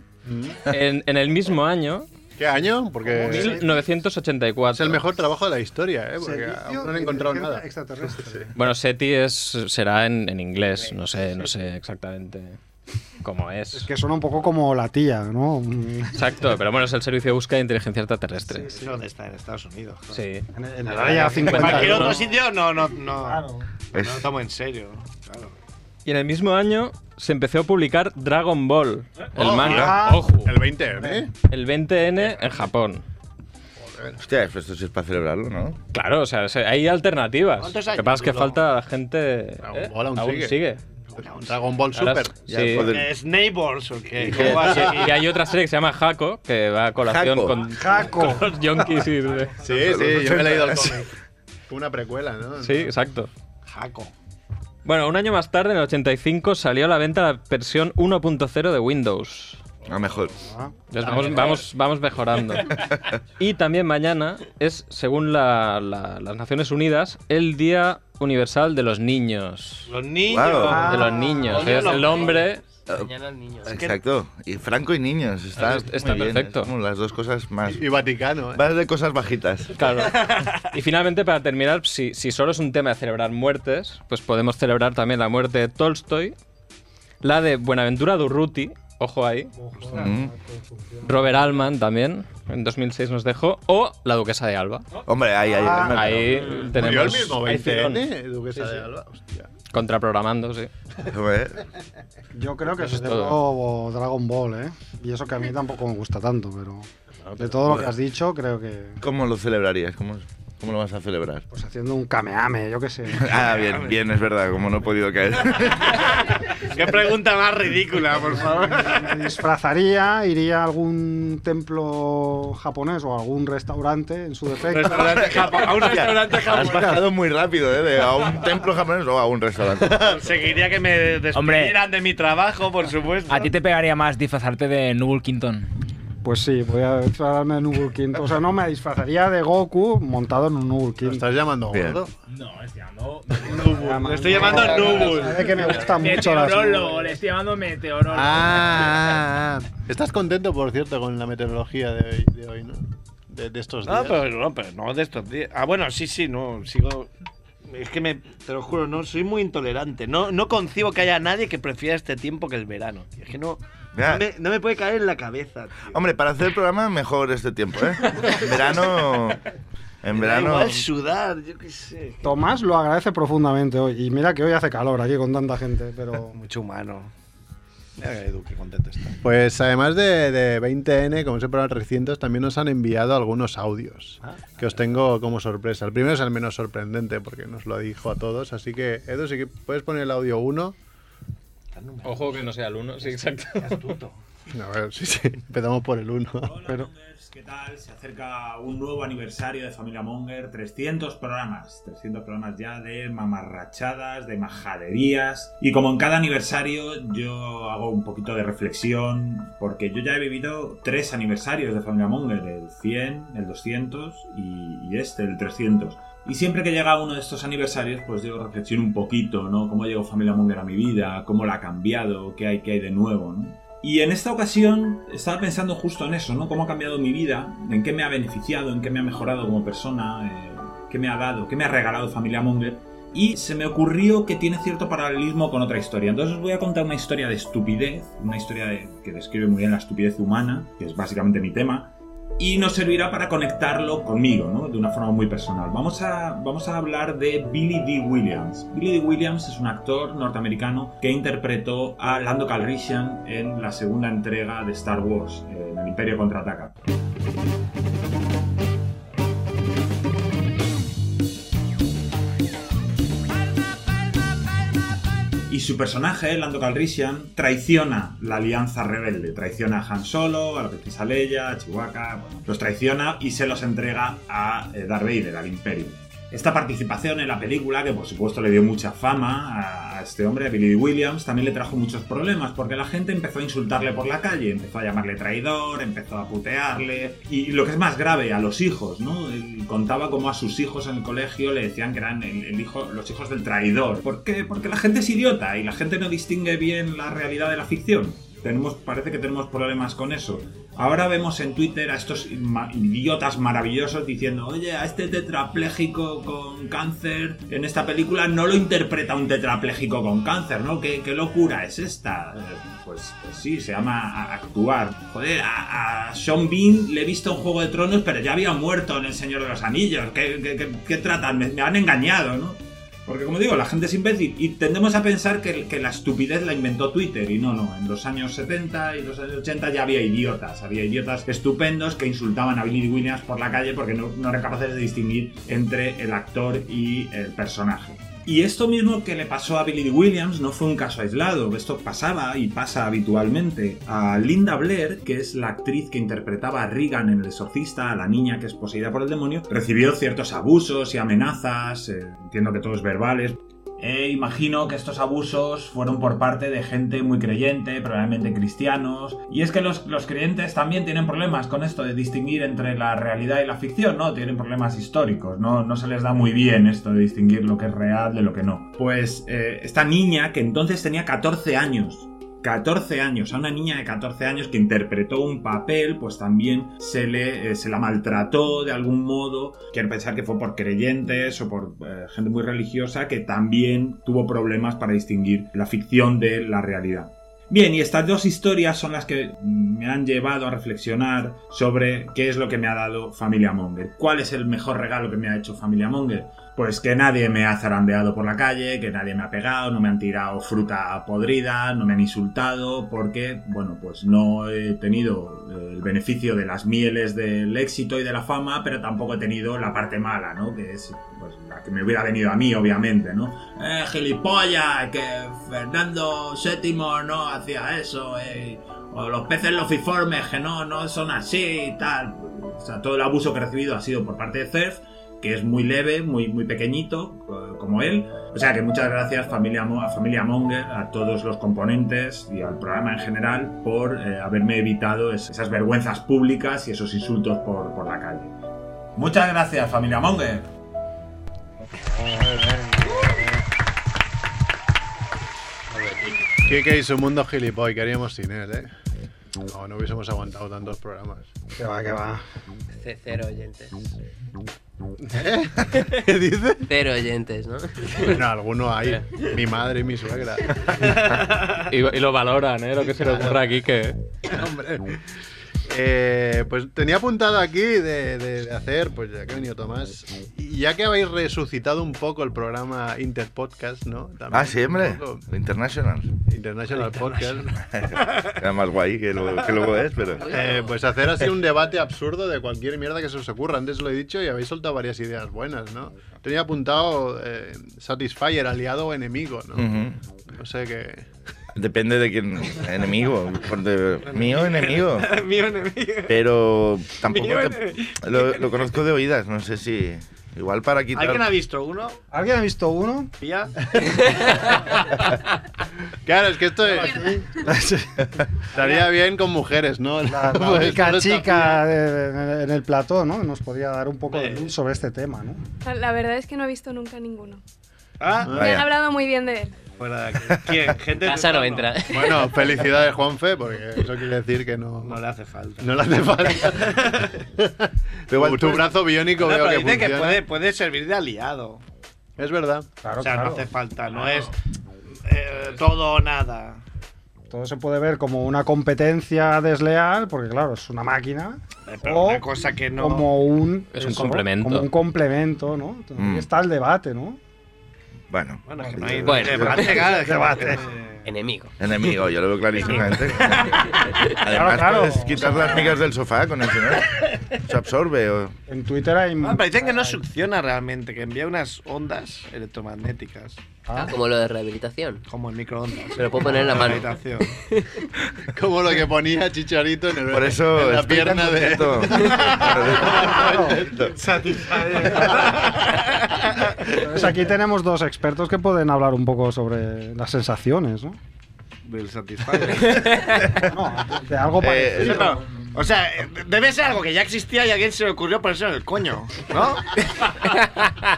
[SPEAKER 4] En, en el mismo año,
[SPEAKER 3] ¿Qué año? Porque
[SPEAKER 4] 1984.
[SPEAKER 3] es el mejor trabajo de la historia, ¿eh? Porque
[SPEAKER 1] Servicio
[SPEAKER 3] aún no han
[SPEAKER 1] de
[SPEAKER 3] encontrado
[SPEAKER 1] inteligencia
[SPEAKER 3] nada.
[SPEAKER 1] Extraterrestre.
[SPEAKER 4] Bueno, SETI es, será en, en inglés, no sé, no sé exactamente cómo
[SPEAKER 1] Es
[SPEAKER 4] es.
[SPEAKER 1] que suena un poco como la tía, ¿no? Mm,
[SPEAKER 4] Exacto, pero bueno, es el servicio de búsqueda de inteligencia extraterrestre. Sí.
[SPEAKER 6] Sí, ¿Dónde está? En Estados Unidos. joder.
[SPEAKER 1] En el en el
[SPEAKER 3] Ah,
[SPEAKER 4] área
[SPEAKER 1] área 50.
[SPEAKER 4] 50,
[SPEAKER 6] Cualquier
[SPEAKER 4] ¿no?
[SPEAKER 6] otro sitio no, no, no.
[SPEAKER 1] Claro.
[SPEAKER 6] No lo tomo en serio. Claro.
[SPEAKER 4] Y en el mismo año se empezó a publicar Dragon Ball, el manga,
[SPEAKER 6] Ah.
[SPEAKER 1] mira.
[SPEAKER 4] ojo,
[SPEAKER 3] El 20, ¿eh?
[SPEAKER 4] el 20N en Japón.
[SPEAKER 2] Hostia, pues esto sí es para celebrarlo, ¿no?
[SPEAKER 4] Claro, o sea, se- hay alternativas. Lo
[SPEAKER 6] ¿Cuántos
[SPEAKER 4] que
[SPEAKER 6] años
[SPEAKER 4] pasa es que
[SPEAKER 6] duró?
[SPEAKER 4] falta gente.
[SPEAKER 3] Dragon
[SPEAKER 4] ¿eh?
[SPEAKER 3] Ball aún sigue. Dragon Ball
[SPEAKER 4] Ahora
[SPEAKER 3] Super.
[SPEAKER 4] es-
[SPEAKER 2] Ya,
[SPEAKER 4] sí.
[SPEAKER 2] joder.
[SPEAKER 6] ¿Es Neighbors o qué?
[SPEAKER 4] Que-
[SPEAKER 6] ¿Cómo va a ser?
[SPEAKER 4] y, y hay otra serie que se llama Jaco, que va a colación
[SPEAKER 2] Jaco.
[SPEAKER 4] con,
[SPEAKER 1] Jaco.
[SPEAKER 4] con los yonkis y. de-
[SPEAKER 3] Sí,
[SPEAKER 2] Los
[SPEAKER 3] sí, yo me he leído el
[SPEAKER 2] 80s.
[SPEAKER 3] cómic. Fue una precuela, ¿no?
[SPEAKER 4] Sí, exacto.
[SPEAKER 6] Jaco.
[SPEAKER 4] Bueno, un año más tarde, en el 85, salió a la venta la versión 1.0 de Windows.
[SPEAKER 2] A lo mejor.
[SPEAKER 4] Entonces, vamos, vamos, vamos mejorando. Y también mañana es, según la- la- las Naciones Unidas, el Día Universal de los Niños.
[SPEAKER 6] Los niños.
[SPEAKER 2] Claro.
[SPEAKER 6] Ah,
[SPEAKER 4] de los niños.
[SPEAKER 6] coño,
[SPEAKER 4] es
[SPEAKER 6] los
[SPEAKER 4] el hombre.
[SPEAKER 7] Mañana al niño.
[SPEAKER 2] Exacto. Y Franco y niños. Está,
[SPEAKER 4] Está- está
[SPEAKER 2] muy bien,
[SPEAKER 4] perfecto.
[SPEAKER 2] es como las dos cosas más.
[SPEAKER 3] Y Vaticano, ¿eh?
[SPEAKER 2] Vas de cosas bajitas.
[SPEAKER 4] Claro. Y finalmente, para terminar, si, si solo es un tema de celebrar muertes, pues podemos celebrar también la muerte de Tolstoy, la de Buenaventura Durruti, ojo ahí,
[SPEAKER 2] Mm.
[SPEAKER 3] Ah,
[SPEAKER 4] Robert Altman también, en 2006 nos dejó, o la duquesa de Alba.
[SPEAKER 2] Hombre, ahí, ahí.
[SPEAKER 1] Ah,
[SPEAKER 2] hombre.
[SPEAKER 4] Ahí
[SPEAKER 3] Murió el
[SPEAKER 4] tenemos
[SPEAKER 3] mismo
[SPEAKER 4] ahí
[SPEAKER 3] 20,
[SPEAKER 4] filón.
[SPEAKER 3] ¿eh? Duquesa de Alba. Hostia.
[SPEAKER 4] contraprogramando, sí.
[SPEAKER 2] Joder.
[SPEAKER 1] Yo creo que se
[SPEAKER 4] Eso es
[SPEAKER 1] celebró Dragon Ball, ¿eh? Y eso que a mí tampoco me gusta tanto, pero. De todo lo que has dicho, creo que.
[SPEAKER 2] ¿Cómo lo celebrarías? ¿Cómo? es? ¿Cómo lo vas a celebrar?
[SPEAKER 1] Pues haciendo un cameame, yo qué sé.
[SPEAKER 2] Ah, bien, bien, es verdad, como no he podido caer.
[SPEAKER 6] Qué pregunta más ridícula, por favor.
[SPEAKER 1] Me disfrazaría, iría a algún templo japonés o a algún restaurante en su defecto.
[SPEAKER 6] Restaurante japo- a un restaurante
[SPEAKER 2] Has
[SPEAKER 6] japonés.
[SPEAKER 2] bajado muy rápido, ¿eh? De a un templo japonés o a un restaurante.
[SPEAKER 6] Seguiría que me despidieran de mi trabajo, por supuesto.
[SPEAKER 8] A ti te pegaría más disfrazarte de Nubul Quinton.
[SPEAKER 1] Pues sí, voy a disfrazarme de Nubul Quinto. O sea, no me disfrazaría de Goku montado en un Nubul
[SPEAKER 3] ¿Lo
[SPEAKER 1] Quinto.
[SPEAKER 3] estás llamando
[SPEAKER 2] Bien.
[SPEAKER 3] gordo?
[SPEAKER 8] No, estoy llamando.
[SPEAKER 1] Me
[SPEAKER 6] Le estoy llamando Nubul.
[SPEAKER 1] Sabe que me gustan mucho las
[SPEAKER 8] Meteorólogo,
[SPEAKER 1] nubes.
[SPEAKER 8] le estoy llamando meteorólogo.
[SPEAKER 3] Ah, estás contento, por cierto, con la meteorología de hoy, de hoy, ¿no? De, de estos días.
[SPEAKER 6] No, pero no, pero no de estos días. Ah, bueno, sí, sí, no, sigo. Es que me, te lo juro, no, soy muy intolerante. No, no concibo que haya nadie que prefiera este tiempo que el verano. tío. Es que no,
[SPEAKER 2] Ya.
[SPEAKER 6] no, me, no me puede caer en la cabeza. tío.
[SPEAKER 2] Hombre, para hacer el programa mejor este tiempo, ¿eh? En verano... En
[SPEAKER 6] Me da
[SPEAKER 2] verano...
[SPEAKER 6] Igual sudar, yo qué sé.
[SPEAKER 1] Tomás lo agradece profundamente hoy. Y mira que hoy hace calor aquí con tanta gente, pero.
[SPEAKER 6] Mucho humano. Mira que Edu, qué contento está.
[SPEAKER 3] Ah, Pues además de, de 20N, como siempre los recientes, también nos han enviado algunos audios que os tengo como sorpresa. El primero es el menos sorprendente porque nos lo dijo a todos. Así que, Edu, si que- puedes poner el audio 1.
[SPEAKER 4] Ojo que no sea el uno, sí, exacto.
[SPEAKER 3] A ver, sí, sí, empezamos por el 1. Pero...
[SPEAKER 11] ¿Qué tal? Se acerca un nuevo aniversario de Familia Monger, 300 programas, 300 programas ya de mamarrachadas, de majaderías. Y como en cada aniversario yo hago un poquito de reflexión, porque yo ya he vivido tres aniversarios de Familia Monger, el 100, el 200 y, y este, el 300. Y siempre que llega uno de estos aniversarios, pues yo reflexiono un poquito, ¿no? Cómo llegó Familia Monger a mi vida, cómo la ha cambiado, qué hay, qué hay de nuevo, ¿no? Y en esta ocasión estaba pensando justo en eso, ¿no? Cómo ha cambiado mi vida, en qué me ha beneficiado, en qué me ha mejorado como persona, eh, qué me ha dado, qué me ha regalado Familia Monger. Y se me ocurrió que tiene cierto paralelismo con otra historia. Entonces os voy a contar una historia de estupidez, una historia de- que describe muy bien la estupidez humana, que es básicamente mi tema, y nos servirá para conectarlo conmigo, ¿no? De una forma muy personal. Vamos a, vamos a hablar de Billy D. Williams. Billy D. Williams es un actor norteamericano que interpretó a Lando Calrissian en la segunda entrega de Star Wars, eh, en El Imperio Contraataca. Y su personaje, Lando Calrissian, traiciona la alianza rebelde. Traiciona a Han Solo, a la princesa Leia, a Chewbacca... bueno, los traiciona y se los entrega a eh, Darth Vader, al Imperio. Esta participación en la película, que por supuesto le dio mucha fama a este hombre, a Billy Dee Williams, también le trajo muchos problemas, porque la gente empezó a insultarle por la calle, empezó a llamarle traidor, empezó a putearle, y lo que es más grave, a los hijos, ¿no? Él contaba como a sus hijos en el colegio le decían que eran el, el hijo, los hijos del traidor. ¿Por qué? Porque la gente es idiota y la gente no distingue bien la realidad de la ficción. Tenemos, parece que tenemos problemas con eso. Ahora vemos en Twitter a estos ma- idiotas maravillosos diciendo, oye, a este tetrapléjico con cáncer en esta película no lo interpreta un tetrapléjico con cáncer, ¿no? ¿Qué, qué locura es esta? Eh, Pues, pues sí, se llama a- actuar. Joder, a, a Sean Bean le he visto en Juego de Tronos, pero ya había muerto en El Señor de los Anillos. ¿Qué, qué- qué- qué tratan? Me- me han engañado, ¿no? Porque como digo, la gente es imbécil y tendemos a pensar que, que la estupidez la inventó Twitter y no, no, en los años 70 y los años 80 ya había idiotas, había idiotas estupendos que insultaban a Billy Dee Williams por la calle porque no, no eran capaces de distinguir entre el actor y el personaje. Y esto mismo que le pasó a Billy Dee Williams no fue un caso aislado, esto pasaba y pasa habitualmente. A Linda Blair, que es la actriz que interpretaba a Regan en El Exorcista, a la niña que es poseída por el demonio, recibió ciertos abusos y amenazas, eh, entiendo que todos verbales, e imagino que estos abusos fueron por parte de gente muy creyente, probablemente cristianos. Y es que los, los creyentes también tienen problemas con esto de distinguir entre la realidad y la ficción, ¿no? Tienen problemas históricos, ¿no? No se les da muy bien esto de distinguir lo que es real de lo que no. Pues eh, esta niña, que entonces tenía 14 años, 14 años, a una niña de 14 años que interpretó un papel, pues también se, le, eh, se la maltrató de algún modo. Quiero pensar que fue por creyentes o por eh, gente muy religiosa que también tuvo problemas para distinguir la ficción de la realidad. Bien, y estas dos historias son las que me han llevado a reflexionar sobre qué es lo que me ha dado Familia Monger. ¿Cuál es el mejor regalo que me ha hecho Familia Monger? Pues que nadie me ha zarandeado por la calle, que nadie me ha pegado, no me han tirado fruta podrida, no me han insultado, porque, bueno, pues no he tenido eh, el beneficio de las mieles del éxito y de la fama, pero tampoco he tenido la parte mala, ¿no? Que es pues, la que me hubiera venido a mí, obviamente, ¿no? Eh, gilipollas, que Fernando VII no hacía eso, eh, o los peces lociformes, que no, no son así y tal. O sea, todo el abuso que he recibido ha sido por parte de CERF, que es muy leve, muy, muy pequeñito, eh, como él. O sea que muchas gracias familia, Mo- a familia Monger, a todos los componentes y al programa en general por eh, haberme evitado es- esas vergüenzas públicas y esos insultos por, por la calle. Muchas gracias familia Monger.
[SPEAKER 3] Kike y su mundo gilipoy, ¿qué haríamos sin él, eh? No, no hubiésemos aguantado tantos programas.
[SPEAKER 1] Que va, que va.
[SPEAKER 7] C- Cero oyentes.
[SPEAKER 3] ¿Qué dice?
[SPEAKER 7] Cero oyentes, ¿no?
[SPEAKER 3] ¿Eh? Bueno, alguno ahí. Mi madre y mi suegra.
[SPEAKER 4] Y, y lo valoran, ¿eh? Lo que se le ocurra aquí que...
[SPEAKER 3] Hombre. Eh, pues tenía apuntado aquí de, de- de hacer, pues ya que ha venido Tomás, y ya que habéis resucitado un poco el programa Interpodcast, ¿no? También
[SPEAKER 2] Ah, sí,
[SPEAKER 3] un
[SPEAKER 2] hombre.
[SPEAKER 3] poco
[SPEAKER 2] International.
[SPEAKER 3] International Podcast.
[SPEAKER 2] Era más guay que luego, que luego es, pero.
[SPEAKER 3] Eh, pues hacer así un debate absurdo de cualquier mierda que se os ocurra. Antes lo he dicho y habéis soltado varias ideas buenas, ¿no? Tenía apuntado eh, Satisfyer, aliado o enemigo, ¿no?
[SPEAKER 2] Ujú.
[SPEAKER 3] No sé qué.
[SPEAKER 2] Depende de quién. Enemigo. por de- mío enemigo.
[SPEAKER 6] Mío enemigo.
[SPEAKER 2] Pero tampoco
[SPEAKER 6] Mío
[SPEAKER 2] te- lo, lo conozco de oídas, no sé si. Igual para quitar.
[SPEAKER 6] ¿Alguien ha visto uno?
[SPEAKER 1] ¿Alguien ha visto uno?
[SPEAKER 6] ¿Ya?
[SPEAKER 3] Claro, es que esto es- estaría bien con mujeres, ¿no?
[SPEAKER 1] La, la
[SPEAKER 3] Pues,
[SPEAKER 1] única
[SPEAKER 3] todo está
[SPEAKER 1] chica de- de- en el plató, ¿no? Nos podría dar un poco de luz sobre este tema, ¿no?
[SPEAKER 12] La verdad es que no he visto nunca ninguno.
[SPEAKER 6] Ah,
[SPEAKER 12] Me han hablado muy bien de él.
[SPEAKER 6] fuera de aquí. ¿Quién? Gente
[SPEAKER 7] Casa no
[SPEAKER 6] de-
[SPEAKER 7] entra.
[SPEAKER 3] Bueno, felicidades, Juanfe, porque eso quiere decir que no.
[SPEAKER 6] No le hace falta.
[SPEAKER 3] No le hace falta. Pero igual tu brazo biónico
[SPEAKER 6] No,
[SPEAKER 3] veo
[SPEAKER 6] pero
[SPEAKER 3] que
[SPEAKER 6] dice
[SPEAKER 3] funciona.
[SPEAKER 6] que puede, puede servir de aliado.
[SPEAKER 3] Es verdad.
[SPEAKER 6] o sea,
[SPEAKER 1] claro.
[SPEAKER 6] no hace falta, no es eh, todo o nada.
[SPEAKER 1] Todo se puede ver como una competencia desleal, porque claro, es una máquina.
[SPEAKER 6] Eh, Pero
[SPEAKER 1] O
[SPEAKER 6] una cosa que no.
[SPEAKER 1] Como un,
[SPEAKER 4] Es un complemento.
[SPEAKER 1] Como un complemento, ¿no? Entonces, ahí
[SPEAKER 2] Mm.
[SPEAKER 1] está el debate, ¿no?
[SPEAKER 2] Bueno.
[SPEAKER 6] Bueno, que no hay
[SPEAKER 7] Bueno.
[SPEAKER 6] debate, claro, es que-
[SPEAKER 1] Debate.
[SPEAKER 7] Enemigo.
[SPEAKER 2] Enemigo, yo lo veo clarísimamente. Además,
[SPEAKER 1] claro.
[SPEAKER 2] puedes quitar las migas del sofá con eso, ¿no? Se absorbe. O...
[SPEAKER 1] En Twitter hay.
[SPEAKER 6] Ah, pero dicen que no succiona realmente, que envía unas ondas electromagnéticas,
[SPEAKER 1] Ah,
[SPEAKER 7] Como lo de rehabilitación.
[SPEAKER 6] como el microondas.
[SPEAKER 7] Me lo puedo poner en la mano.
[SPEAKER 6] Habitación.
[SPEAKER 3] Como lo que ponía Chicharito en, el-
[SPEAKER 2] Por eso.
[SPEAKER 3] en la
[SPEAKER 2] estoy tan
[SPEAKER 3] pierna de.
[SPEAKER 2] contento.
[SPEAKER 1] Entonces aquí tenemos dos expertos que pueden hablar un poco sobre las sensaciones, ¿no?
[SPEAKER 6] Del Satisfyer.
[SPEAKER 1] No, de algo
[SPEAKER 2] Eh,
[SPEAKER 1] parecido.
[SPEAKER 6] Pero, o sea, eh, debe ser algo que ya existía y a alguien se le ocurrió ponerse en el coño, ¿no?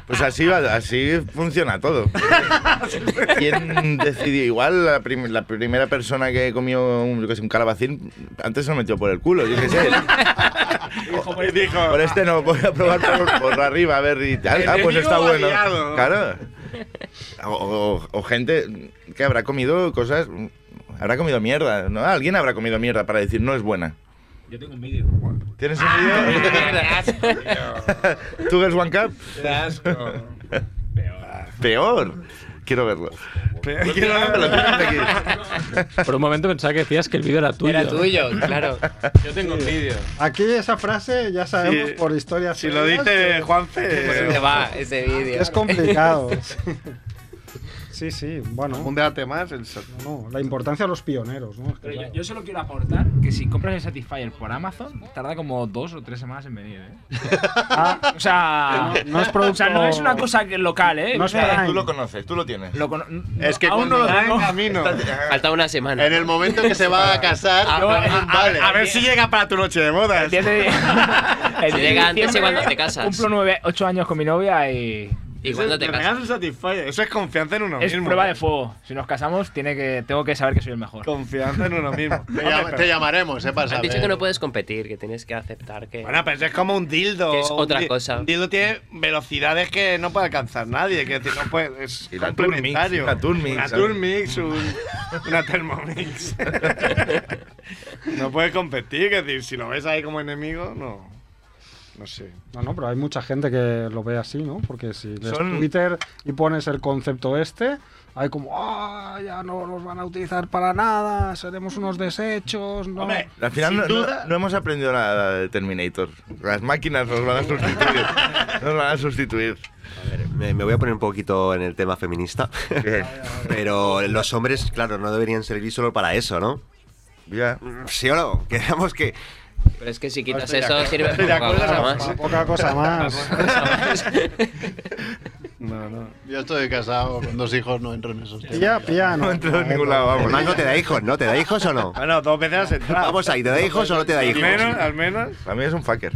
[SPEAKER 2] Pues así, va- así funciona todo. ¿Quién decidió? Igual la, prim- la primera persona que comió un, yo qué sé, un calabacín antes se lo metió por el culo, yo qué sé.
[SPEAKER 6] Y dijo,
[SPEAKER 2] Por este no, voy a probar por, por arriba, a ver. y- ah, ah, pues
[SPEAKER 6] Enemigo
[SPEAKER 2] está bueno.
[SPEAKER 6] aliado.
[SPEAKER 2] Claro. O, o- o gente que habrá comido cosas. Habrá comido mierda, ¿no? Alguien habrá comido mierda para decir no es buena.
[SPEAKER 10] Yo tengo un vídeo.
[SPEAKER 2] ¿Tienes un
[SPEAKER 1] Ah,
[SPEAKER 2] vídeo? ¿Tú ves One Cup? Peor. Quiero verlo. Quiero verlo. fíjate aquí.
[SPEAKER 4] Por un momento pensaba que decías que el vídeo era tuyo.
[SPEAKER 7] Era tuyo, claro.
[SPEAKER 6] yo tengo un vídeo.
[SPEAKER 1] Aquí esa frase ya sabemos
[SPEAKER 6] Sí.
[SPEAKER 1] por historia.
[SPEAKER 6] Si lo dice
[SPEAKER 7] Se
[SPEAKER 6] Juanfe, eh,
[SPEAKER 7] va ese vídeo.
[SPEAKER 1] Es complicado. Sí, sí, bueno.
[SPEAKER 6] un debate más. El sat-
[SPEAKER 1] No, la importancia de los pioneros, ¿no? Es que
[SPEAKER 8] Pero yo,
[SPEAKER 1] claro.
[SPEAKER 8] yo solo quiero aportar que si compras el Satisfyer por Amazon, tarda como dos o tres semanas en venir, ¿eh?
[SPEAKER 1] Ah,
[SPEAKER 8] O sea,
[SPEAKER 1] No, no es producto-
[SPEAKER 8] o sea, no es una cosa que- local, ¿eh?
[SPEAKER 1] No
[SPEAKER 8] O
[SPEAKER 1] es
[SPEAKER 8] sea,
[SPEAKER 1] verdad.
[SPEAKER 2] Tú lo conoces, tú lo tienes.
[SPEAKER 8] lo cono-
[SPEAKER 3] Es que
[SPEAKER 8] aún
[SPEAKER 3] cuando
[SPEAKER 8] no lo
[SPEAKER 3] va en
[SPEAKER 8] tengo.
[SPEAKER 3] camino.
[SPEAKER 7] Falta una semana. Ah,
[SPEAKER 3] En el momento que se va a casar, yo- vale.
[SPEAKER 6] A ver si llega para tu noche de
[SPEAKER 8] Ah,
[SPEAKER 6] bodas.
[SPEAKER 8] El 10 de- el 10 de
[SPEAKER 7] llega antes
[SPEAKER 8] diciembre
[SPEAKER 7] y cuando te casas.
[SPEAKER 8] Cumplo nueve, ocho años con mi novia y.
[SPEAKER 7] ¿Y cuándo te casas?
[SPEAKER 6] un Satisfyer. Eso es confianza en uno
[SPEAKER 8] Es
[SPEAKER 6] mismo.
[SPEAKER 8] prueba de fuego. Si nos casamos, tiene que, tengo que saber que soy el mejor.
[SPEAKER 6] Confianza en uno mismo.
[SPEAKER 3] Te, llama- te llamaremos, ¿eh? Para
[SPEAKER 7] Han dicho
[SPEAKER 3] saber.
[SPEAKER 7] que no puedes competir, que tienes que aceptar que.
[SPEAKER 6] Bueno, pero eso es como un dildo.
[SPEAKER 7] Que es
[SPEAKER 6] un
[SPEAKER 7] otra
[SPEAKER 6] di-
[SPEAKER 7] cosa.
[SPEAKER 6] Un dildo tiene velocidades que no puede alcanzar nadie. Que decir, no puede, es
[SPEAKER 2] Y la
[SPEAKER 6] complementario.
[SPEAKER 2] Turmix,
[SPEAKER 6] Una
[SPEAKER 2] la Turmix, ¿sabes?
[SPEAKER 6] Turmix, un- una Thermomix. no puedes competir. Que decir, si lo ves ahí como enemigo, no. No sé.
[SPEAKER 1] No, no, pero hay mucha gente que lo ve así, ¿no? Porque si ves
[SPEAKER 6] Son-
[SPEAKER 1] Twitter y pones el concepto este, hay como, ah, ya no nos van a utilizar para nada, seremos unos desechos, no.
[SPEAKER 2] Al final
[SPEAKER 1] Sin
[SPEAKER 2] no, no-
[SPEAKER 1] duda.
[SPEAKER 2] no hemos aprendido nada de Terminator. Las máquinas nos van a sustituir. nos van a sustituir.
[SPEAKER 9] Me, me voy a poner un poquito en el tema feminista. Pero los hombres, claro, no deberían servir solo para eso, ¿no?
[SPEAKER 2] Ya.
[SPEAKER 9] Sí o no, queramos que.
[SPEAKER 7] Pero es que si quitas
[SPEAKER 9] estoy de
[SPEAKER 7] eso
[SPEAKER 9] acuerdo.
[SPEAKER 7] sirve
[SPEAKER 9] Estoy de
[SPEAKER 7] para poca cosa
[SPEAKER 9] acuerdo,
[SPEAKER 7] más.
[SPEAKER 9] pa-
[SPEAKER 1] Poca cosa más.
[SPEAKER 3] No, no. Yo estoy casado con dos hijos, no entro en esos temas.
[SPEAKER 1] Pilla, pilla, no.
[SPEAKER 9] Además, no te da hijos, ¿no? ¿Te da hijos o no?
[SPEAKER 6] Bueno, dos veces has entrado.
[SPEAKER 9] Vamos ahí, ¿te da hijos o no te da hijos?
[SPEAKER 6] Al menos, al menos.
[SPEAKER 2] A mí es un fucker.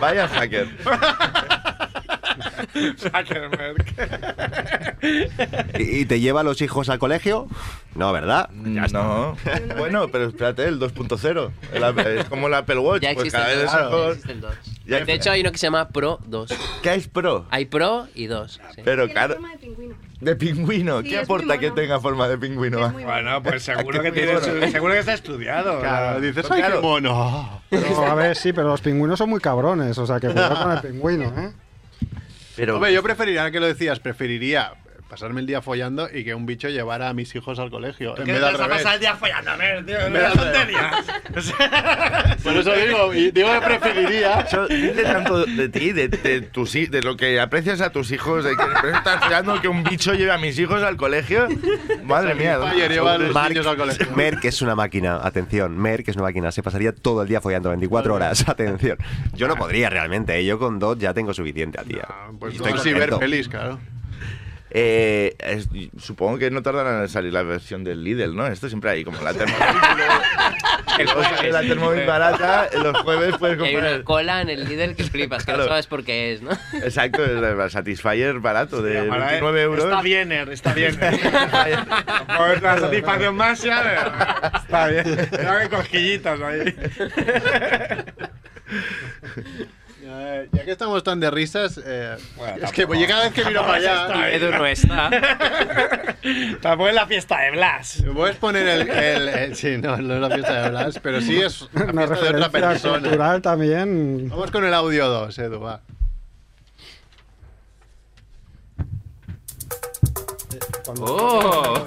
[SPEAKER 2] Vaya fucker.
[SPEAKER 9] ¿Y, y te lleva a los hijos al colegio? No, ¿verdad?
[SPEAKER 2] No. Bueno, pero espérate, el 2.0. El Apple- Es como el Apple Watch.
[SPEAKER 7] Ya
[SPEAKER 2] pues
[SPEAKER 7] existen
[SPEAKER 2] cada vez
[SPEAKER 7] dos,
[SPEAKER 2] es
[SPEAKER 7] ya
[SPEAKER 2] mejor.
[SPEAKER 7] existen dos.
[SPEAKER 2] Ya-
[SPEAKER 7] De hecho, hay uno que se llama Pro 2.
[SPEAKER 2] ¿Qué es pro?
[SPEAKER 7] Hay Pro y 2. sí.
[SPEAKER 2] Pero claro,
[SPEAKER 12] Forma de pingüino.
[SPEAKER 2] de pingüino.
[SPEAKER 12] Sí,
[SPEAKER 2] ¿Qué
[SPEAKER 12] es muy
[SPEAKER 2] aporta que
[SPEAKER 12] mono.
[SPEAKER 2] tenga forma de pingüino? va?
[SPEAKER 6] Bueno, pues seguro
[SPEAKER 2] ¿A
[SPEAKER 6] que,
[SPEAKER 2] qué
[SPEAKER 6] tiene
[SPEAKER 2] mono?
[SPEAKER 6] su- seguro que está estudiado.
[SPEAKER 2] Claro, dices,
[SPEAKER 6] Pues
[SPEAKER 2] "Ay, qué
[SPEAKER 3] mono.
[SPEAKER 1] Pero, a ver, sí, pero los pingüinos son muy cabrones, o sea, que cuidado con el pingüino, ¿eh?
[SPEAKER 2] Pero...
[SPEAKER 3] Hombre, yo preferiría, ahora que lo decías, preferiría pasarme el día follando y que un bicho llevara a mis hijos al colegio. En
[SPEAKER 6] ¿Qué
[SPEAKER 3] vez
[SPEAKER 6] te
[SPEAKER 3] de al
[SPEAKER 6] vas a
[SPEAKER 3] revés.
[SPEAKER 6] pasar el día follándome, tío?
[SPEAKER 3] Me da
[SPEAKER 6] No tonterías.
[SPEAKER 3] Por eso digo, y digo que preferiría.
[SPEAKER 2] Eso dice tanto de ti, de, de tus hi- de lo que aprecias a tus hijos, de que siempre estás esperando que un bicho lleve a mis hijos al colegio. Madre mía.
[SPEAKER 9] Mark,
[SPEAKER 3] al colegio.
[SPEAKER 9] Merck es una máquina, atención, Merck es una máquina, se pasaría todo el día follando 24 horas, atención. Yo no podría realmente, ¿eh? yo con dos ya tengo suficiente al día.
[SPEAKER 3] Pues
[SPEAKER 9] Y
[SPEAKER 3] no,
[SPEAKER 9] estoy
[SPEAKER 3] sí, ver
[SPEAKER 9] contento.
[SPEAKER 3] pelis, claro.
[SPEAKER 2] Eh, es- supongo que no tardarán en salir la versión del Lidl, ¿no? Esto siempre hay como la termo
[SPEAKER 7] El
[SPEAKER 2] luego sale
[SPEAKER 7] jueves.
[SPEAKER 2] la Thermomix barata, los jueves puedes
[SPEAKER 7] Y Hay una
[SPEAKER 2] comprar.
[SPEAKER 7] cola en el líder que flipas, que no
[SPEAKER 2] Claro.
[SPEAKER 7] sabes por qué es, ¿no?
[SPEAKER 2] Exacto, el, el Satisfyer barato de
[SPEAKER 6] Ahora, eh,
[SPEAKER 2] 29 euros.
[SPEAKER 6] Está bien, Er, está bien. Tampoco es la satisfacción más, ya, eh, Está bien. Mira que cosquillitas ahí.
[SPEAKER 3] Eh, Ya que estamos tan de risas, eh, es que
[SPEAKER 6] tampoco.
[SPEAKER 3] pues, cada vez que miro para
[SPEAKER 6] Está
[SPEAKER 3] allá.
[SPEAKER 6] bien. Edu no
[SPEAKER 7] está.
[SPEAKER 6] Tampoco es la fiesta de Blas.
[SPEAKER 3] Puedes poner el, el- el- Sí, no, no es la fiesta de Blas, pero sí es la fiesta
[SPEAKER 1] Una
[SPEAKER 3] de otra
[SPEAKER 1] referencia
[SPEAKER 3] persona.
[SPEAKER 1] cultural también.
[SPEAKER 3] Vamos con el audio 2, Edu, va.
[SPEAKER 7] ¡Oh!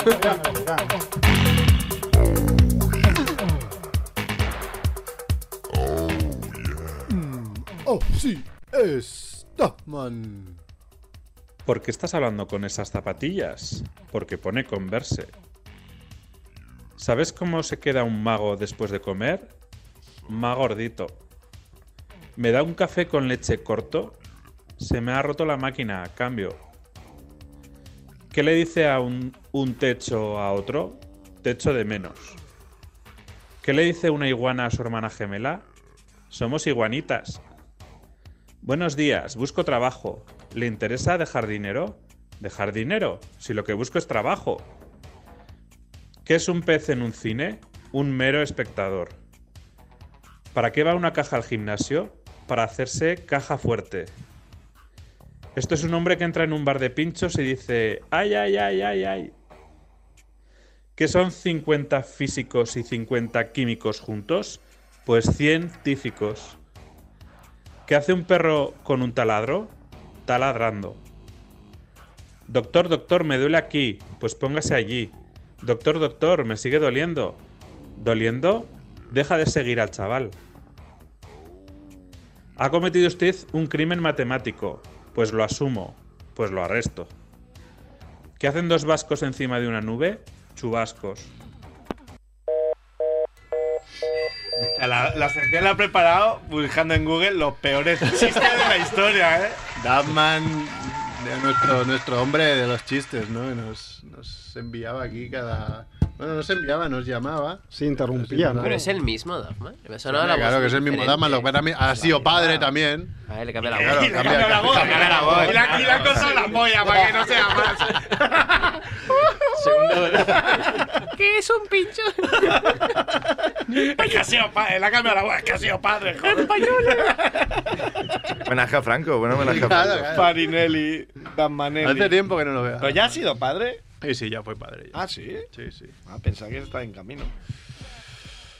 [SPEAKER 3] Oh, sí, es Duffman.
[SPEAKER 13] ¿Por qué estás hablando con esas zapatillas? Porque pone converse. ¿Sabes cómo se queda un mago después de comer? Más gordito. ¿Me da un café con leche corto? Se me ha roto la máquina, cambio. ¿Qué le dice a un, un techo a otro? Techo de menos. ¿Qué le dice una iguana a su hermana gemela? Somos iguanitas. Buenos días, busco trabajo. ¿Le interesa dejar dinero? Dejar dinero, si lo que busco es trabajo. ¿Qué es un pez en un cine? Un mero espectador. ¿Para qué va una caja al gimnasio? Para hacerse caja fuerte. Esto es un hombre que entra en un bar de pinchos y dice, ay, ay, ay, ay, ay. ¿Qué son 50 físicos y 50 químicos juntos? Pues científicos. ¿Qué hace un perro con un taladro? Taladrando. Doctor, doctor, me duele aquí. Pues póngase allí. Doctor, doctor, me sigue doliendo. ¿Doliendo? Deja de seguir al chaval. ¿Ha cometido usted un crimen matemático? Pues lo asumo. Pues lo arresto. ¿Qué hacen dos vascos encima de una nube? Chubascos.
[SPEAKER 6] La, la sección la ha preparado buscando en Google los peores chistes de la historia, ¿eh?
[SPEAKER 3] Duffman, de nuestro, nuestro hombre de los chistes, ¿no? Que Nos, nos enviaba aquí cada. Bueno, nos enviaba, nos llamaba.
[SPEAKER 1] Se interrumpía, ¿no?
[SPEAKER 7] Pero es el mismo Duffman. Me sonaba la
[SPEAKER 3] claro
[SPEAKER 7] voz
[SPEAKER 3] que es el mismo Duffman, lo que pasa es que también ha sido padre también.
[SPEAKER 7] A ver, le cambia la
[SPEAKER 3] Claro,
[SPEAKER 7] voz.
[SPEAKER 3] cambia- cambia la voz.
[SPEAKER 6] Y la, y la cosa la polla para que no sea más.
[SPEAKER 7] ¿Qué es un pincho?
[SPEAKER 6] Es que ha sido padre. La cambia la voz. Es que ha sido padre, joder.
[SPEAKER 7] ¿eh?
[SPEAKER 2] Homenaje a Franco, bueno, homenaje a
[SPEAKER 3] Claro,
[SPEAKER 2] Franco.
[SPEAKER 3] claro.
[SPEAKER 6] Farinelli, Dan Manelli.
[SPEAKER 3] Hace tiempo que no lo veo.
[SPEAKER 6] ¿Pero ya ha sido padre?
[SPEAKER 3] Sí, sí, ya fue padre. ya.
[SPEAKER 6] Ah, sí.
[SPEAKER 3] Sí, sí.
[SPEAKER 6] Ah, pensaba que está en camino.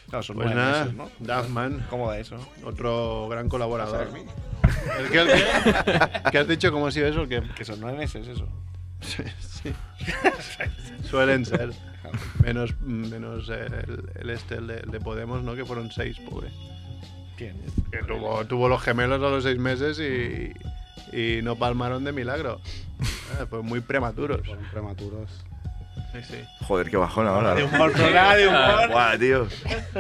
[SPEAKER 6] Claro, son
[SPEAKER 3] Pues
[SPEAKER 6] nueve
[SPEAKER 3] nada,
[SPEAKER 6] meses, ¿no?
[SPEAKER 3] Duffman.
[SPEAKER 6] ¿Cómo va eso?
[SPEAKER 3] Otro gran colaborador.
[SPEAKER 6] Pasar de mí.
[SPEAKER 3] ¿El qué, el qué? ¿Qué has dicho? ¿Cómo ha sido eso? ¿Qué?
[SPEAKER 6] Que son nueve meses eso.
[SPEAKER 3] Sí, sí. Suelen ser. Menos, menos el, el este, el de, el de Podemos, ¿no? Que fueron seis, pobre.
[SPEAKER 6] ¿Quién?
[SPEAKER 3] Que tuvo, tuvo los gemelos a los seis meses y, y no palmaron de milagro. Ah, pues muy prematuros.
[SPEAKER 6] prematuros.
[SPEAKER 3] Sí, sí.
[SPEAKER 2] Joder, qué bajón ahora. Ah,
[SPEAKER 3] De humor, programa de humor.
[SPEAKER 2] Guau, tío.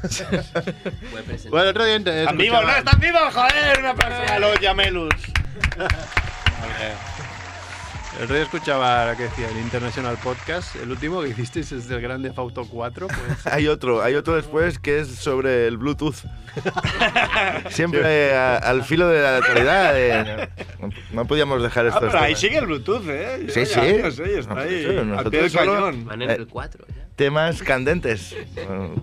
[SPEAKER 6] presentar.
[SPEAKER 3] Bueno, otro día ent-
[SPEAKER 6] ¡Están vivos, no!
[SPEAKER 3] escuchaba-
[SPEAKER 6] ¡Están vivos! ¡Joder! ¡Una persona! ¡Los Yamelus!
[SPEAKER 3] El rey escuchaba lo que decía el International Podcast. El último que hicisteis es del Grande Fauto 4. Pues
[SPEAKER 2] Hay otro, hay otro después que es sobre el Bluetooth. Siempre a- al filo de la actualidad. eh, no, no podíamos dejar
[SPEAKER 6] Ah,
[SPEAKER 2] esto.
[SPEAKER 6] pero ahí sigue el Bluetooth, ¿eh? Ya,
[SPEAKER 2] Sí, sí.
[SPEAKER 6] No sé, está ahí.
[SPEAKER 2] Nosotros
[SPEAKER 6] al pie del
[SPEAKER 2] solo,
[SPEAKER 6] cañón.
[SPEAKER 2] eh, Temas candentes. No,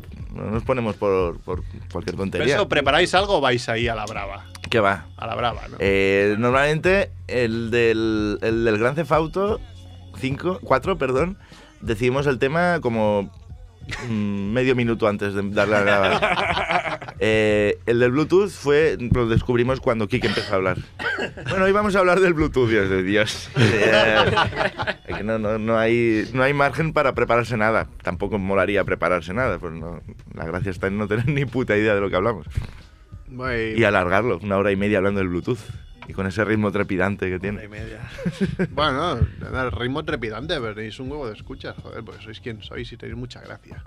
[SPEAKER 2] no nos ponemos por, por cualquier tontería.
[SPEAKER 3] ¿Eso preparáis algo o vais ahí a la brava?
[SPEAKER 2] ¿Qué va?
[SPEAKER 3] A la brava, ¿no?
[SPEAKER 2] Eh, normalmente el del, el del Gran Cefauto 5, 4, perdón, decidimos el tema como mm, medio minuto antes de darle a grabar. Eh, el del Bluetooth fue, lo descubrimos cuando Kike empezó a hablar. Bueno, hoy vamos a hablar del Bluetooth, Dios de Dios. Eh, que no, no, no hay, no hay margen para prepararse nada. Tampoco molaría prepararse nada. Pues no, la gracia está en no tener ni puta idea de lo que hablamos.
[SPEAKER 3] Voy-
[SPEAKER 2] Y alargarlo, una hora y media hablando del Bluetooth. Y con ese ritmo trepidante que
[SPEAKER 3] y
[SPEAKER 2] tiene.
[SPEAKER 3] media. bueno, nada, el ritmo trepidante, pero tenéis un huevo de escuchas, joder, porque sois quien sois y tenéis mucha gracia.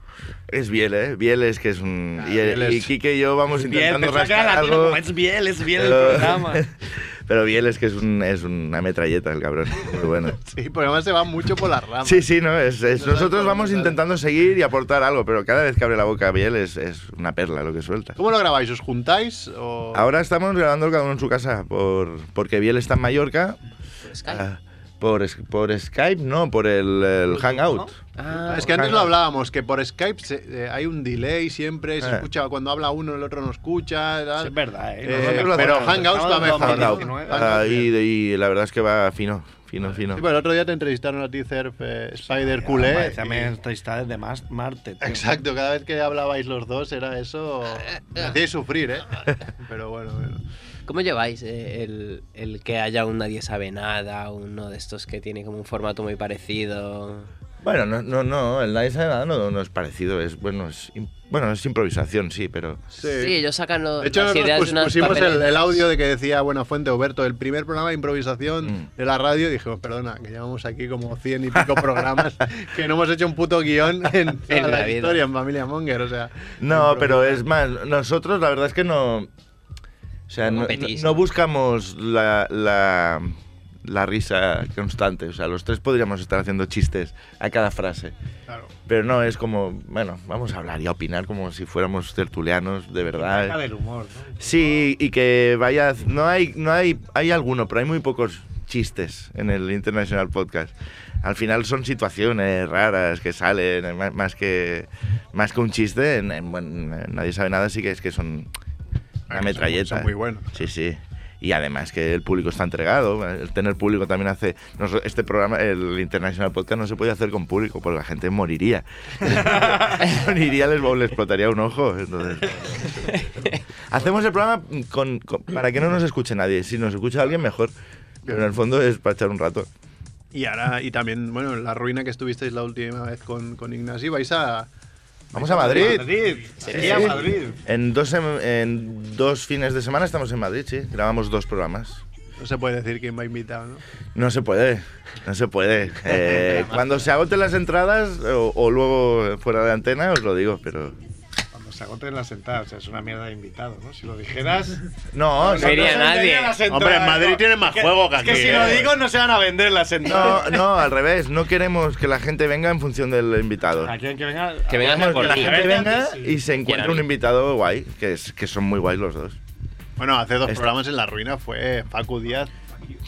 [SPEAKER 2] Es Biel, ¿eh? Biel es que es un... y,
[SPEAKER 3] Biel
[SPEAKER 2] y
[SPEAKER 3] es-
[SPEAKER 2] Quique y yo vamos
[SPEAKER 6] Bien,
[SPEAKER 2] intentando
[SPEAKER 6] pensaba que era
[SPEAKER 2] rascar
[SPEAKER 6] latino,
[SPEAKER 2] algo.
[SPEAKER 6] como es bien, es bien el
[SPEAKER 2] pero-
[SPEAKER 6] programa.
[SPEAKER 2] pero Biel es que es, un- es una metralleta, el cabrón. Muy bueno.
[SPEAKER 3] Sí, pero además se va mucho por las ramas.
[SPEAKER 2] Sí, sí, no, es,
[SPEAKER 3] No
[SPEAKER 2] es-
[SPEAKER 3] sabes
[SPEAKER 2] nosotros
[SPEAKER 3] por dónde
[SPEAKER 2] vamos
[SPEAKER 3] sale.
[SPEAKER 2] intentando seguir y aportar algo, pero cada vez que abre la boca Biel es, es una perla lo que suelta.
[SPEAKER 3] ¿Cómo lo grabáis? ¿Os juntáis? O...
[SPEAKER 2] Ahora estamos grabando cada uno en su casa, por, porque Biel está en Mallorca. Ah, Por, es- por Skype, no, por el, el Hangout.
[SPEAKER 3] Ah, es que antes lo hablábamos, que por Skype se- eh, hay un delay siempre, se
[SPEAKER 2] Eh.
[SPEAKER 3] escucha cuando habla uno, el otro no escucha. tal.
[SPEAKER 6] Es verdad, ¿eh?
[SPEAKER 3] Eh,
[SPEAKER 6] Nosotros lo
[SPEAKER 3] pero
[SPEAKER 6] hacemos.
[SPEAKER 3] Hangouts va
[SPEAKER 6] Estamos en
[SPEAKER 3] mejor.
[SPEAKER 2] Hangout.
[SPEAKER 3] Hangout.
[SPEAKER 2] Ah, y, y la verdad es que va fino, fino, fino.
[SPEAKER 3] Sí, pero el otro día te entrevistaron a ti, Cerf, eh, Spider Culé.
[SPEAKER 6] Parece a mí esta historia de más Marte. tío.
[SPEAKER 3] Exacto, cada vez que hablabais los dos era eso. Me hacíais sufrir, ¿eh? Pero bueno, bueno.
[SPEAKER 7] ¿Cómo lleváis eh, el, el que haya un Nadie Sabe Nada, uno de estos que tiene como un formato muy parecido?
[SPEAKER 2] Bueno, no, no, no, el Nice Nada no, no es parecido, es bueno, es im- bueno, es improvisación, sí, pero
[SPEAKER 7] Sí, ellos sacan lo-
[SPEAKER 3] De hecho,
[SPEAKER 7] las
[SPEAKER 3] nosotros
[SPEAKER 7] ideas
[SPEAKER 3] pus-
[SPEAKER 7] de unas
[SPEAKER 3] pusimos el,
[SPEAKER 7] papeletas.
[SPEAKER 3] el audio de que decía Buenafuente Oberto, el primer programa de improvisación
[SPEAKER 2] Mm.
[SPEAKER 3] de la radio. y Dijimos, perdona, que llevamos aquí como cien y pico programas que no hemos hecho un puto guión en toda
[SPEAKER 2] En
[SPEAKER 3] la,
[SPEAKER 2] la vida.
[SPEAKER 3] historia, en Familia Monger. O sea,
[SPEAKER 2] no, pero es más, nosotros la verdad es que no, o sea,
[SPEAKER 3] No
[SPEAKER 2] no,
[SPEAKER 3] competís,
[SPEAKER 2] no buscamos la, la, la risa constante, o sea, los tres podríamos estar haciendo chistes a cada frase,
[SPEAKER 3] Claro.
[SPEAKER 2] pero no es como, bueno, vamos a hablar y a opinar como si fuéramos tertulianos de verdad.
[SPEAKER 6] Saca del humor, ¿no?
[SPEAKER 2] Sí, y que vaya. No hay, no hay, hay alguno, pero hay muy pocos chistes en el International Podcast. Al final son situaciones raras que salen, eh, más, más que, más que un chiste. en- en- bueno, en nadie sabe nada, sí que es que son una
[SPEAKER 3] son-
[SPEAKER 2] metralleta.
[SPEAKER 3] son muy buenos.
[SPEAKER 2] Sí, sí. Y además que el público está entregado. El tener público también hace. nos- Este programa, el International Podcast, no se puede hacer con público, porque la gente moriría. moriría, les, les explotaría un ojo. Entonces. Hacemos el programa con- con- para que no nos escuche nadie. Si nos escucha alguien, mejor. Pero en el fondo es para echar un rato.
[SPEAKER 3] Y ahora, y también, bueno, la ruina que estuvisteis la última vez con, con Ignasi, vais a.
[SPEAKER 2] Vamos a Madrid.
[SPEAKER 6] Sería
[SPEAKER 2] Sí.
[SPEAKER 6] Madrid.
[SPEAKER 2] En dos, sem- en dos fines de semana estamos en Madrid, sí. Grabamos dos programas.
[SPEAKER 3] No se puede decir quién va invitado, ¿no?
[SPEAKER 2] No se puede, no se puede. Eh, cuando se agoten las entradas o, o luego fuera de antena os lo digo, pero...
[SPEAKER 6] Cuando se agoten las entradas, o sea, es una mierda de invitado, ¿no? Si lo dijeras.
[SPEAKER 2] No,
[SPEAKER 6] se
[SPEAKER 2] iría nadie.
[SPEAKER 6] venderían las entradas,
[SPEAKER 2] Hombre, en Madrid
[SPEAKER 6] no.
[SPEAKER 2] tienen más juego que
[SPEAKER 6] es
[SPEAKER 2] aquí,
[SPEAKER 6] que si
[SPEAKER 2] ¿eh?
[SPEAKER 6] lo digo, no se van a vender las
[SPEAKER 2] No,
[SPEAKER 6] entradas.
[SPEAKER 2] no, al revés, no queremos que la gente venga en función del invitado.
[SPEAKER 6] ¿A quién que venga?
[SPEAKER 2] Que venga
[SPEAKER 6] por
[SPEAKER 2] la gente venga y se encuentre un invitado guay, que, es, que son muy guay los dos.
[SPEAKER 3] Bueno, hace dos
[SPEAKER 2] Este-
[SPEAKER 3] programas en la ruina fue Facu Díaz.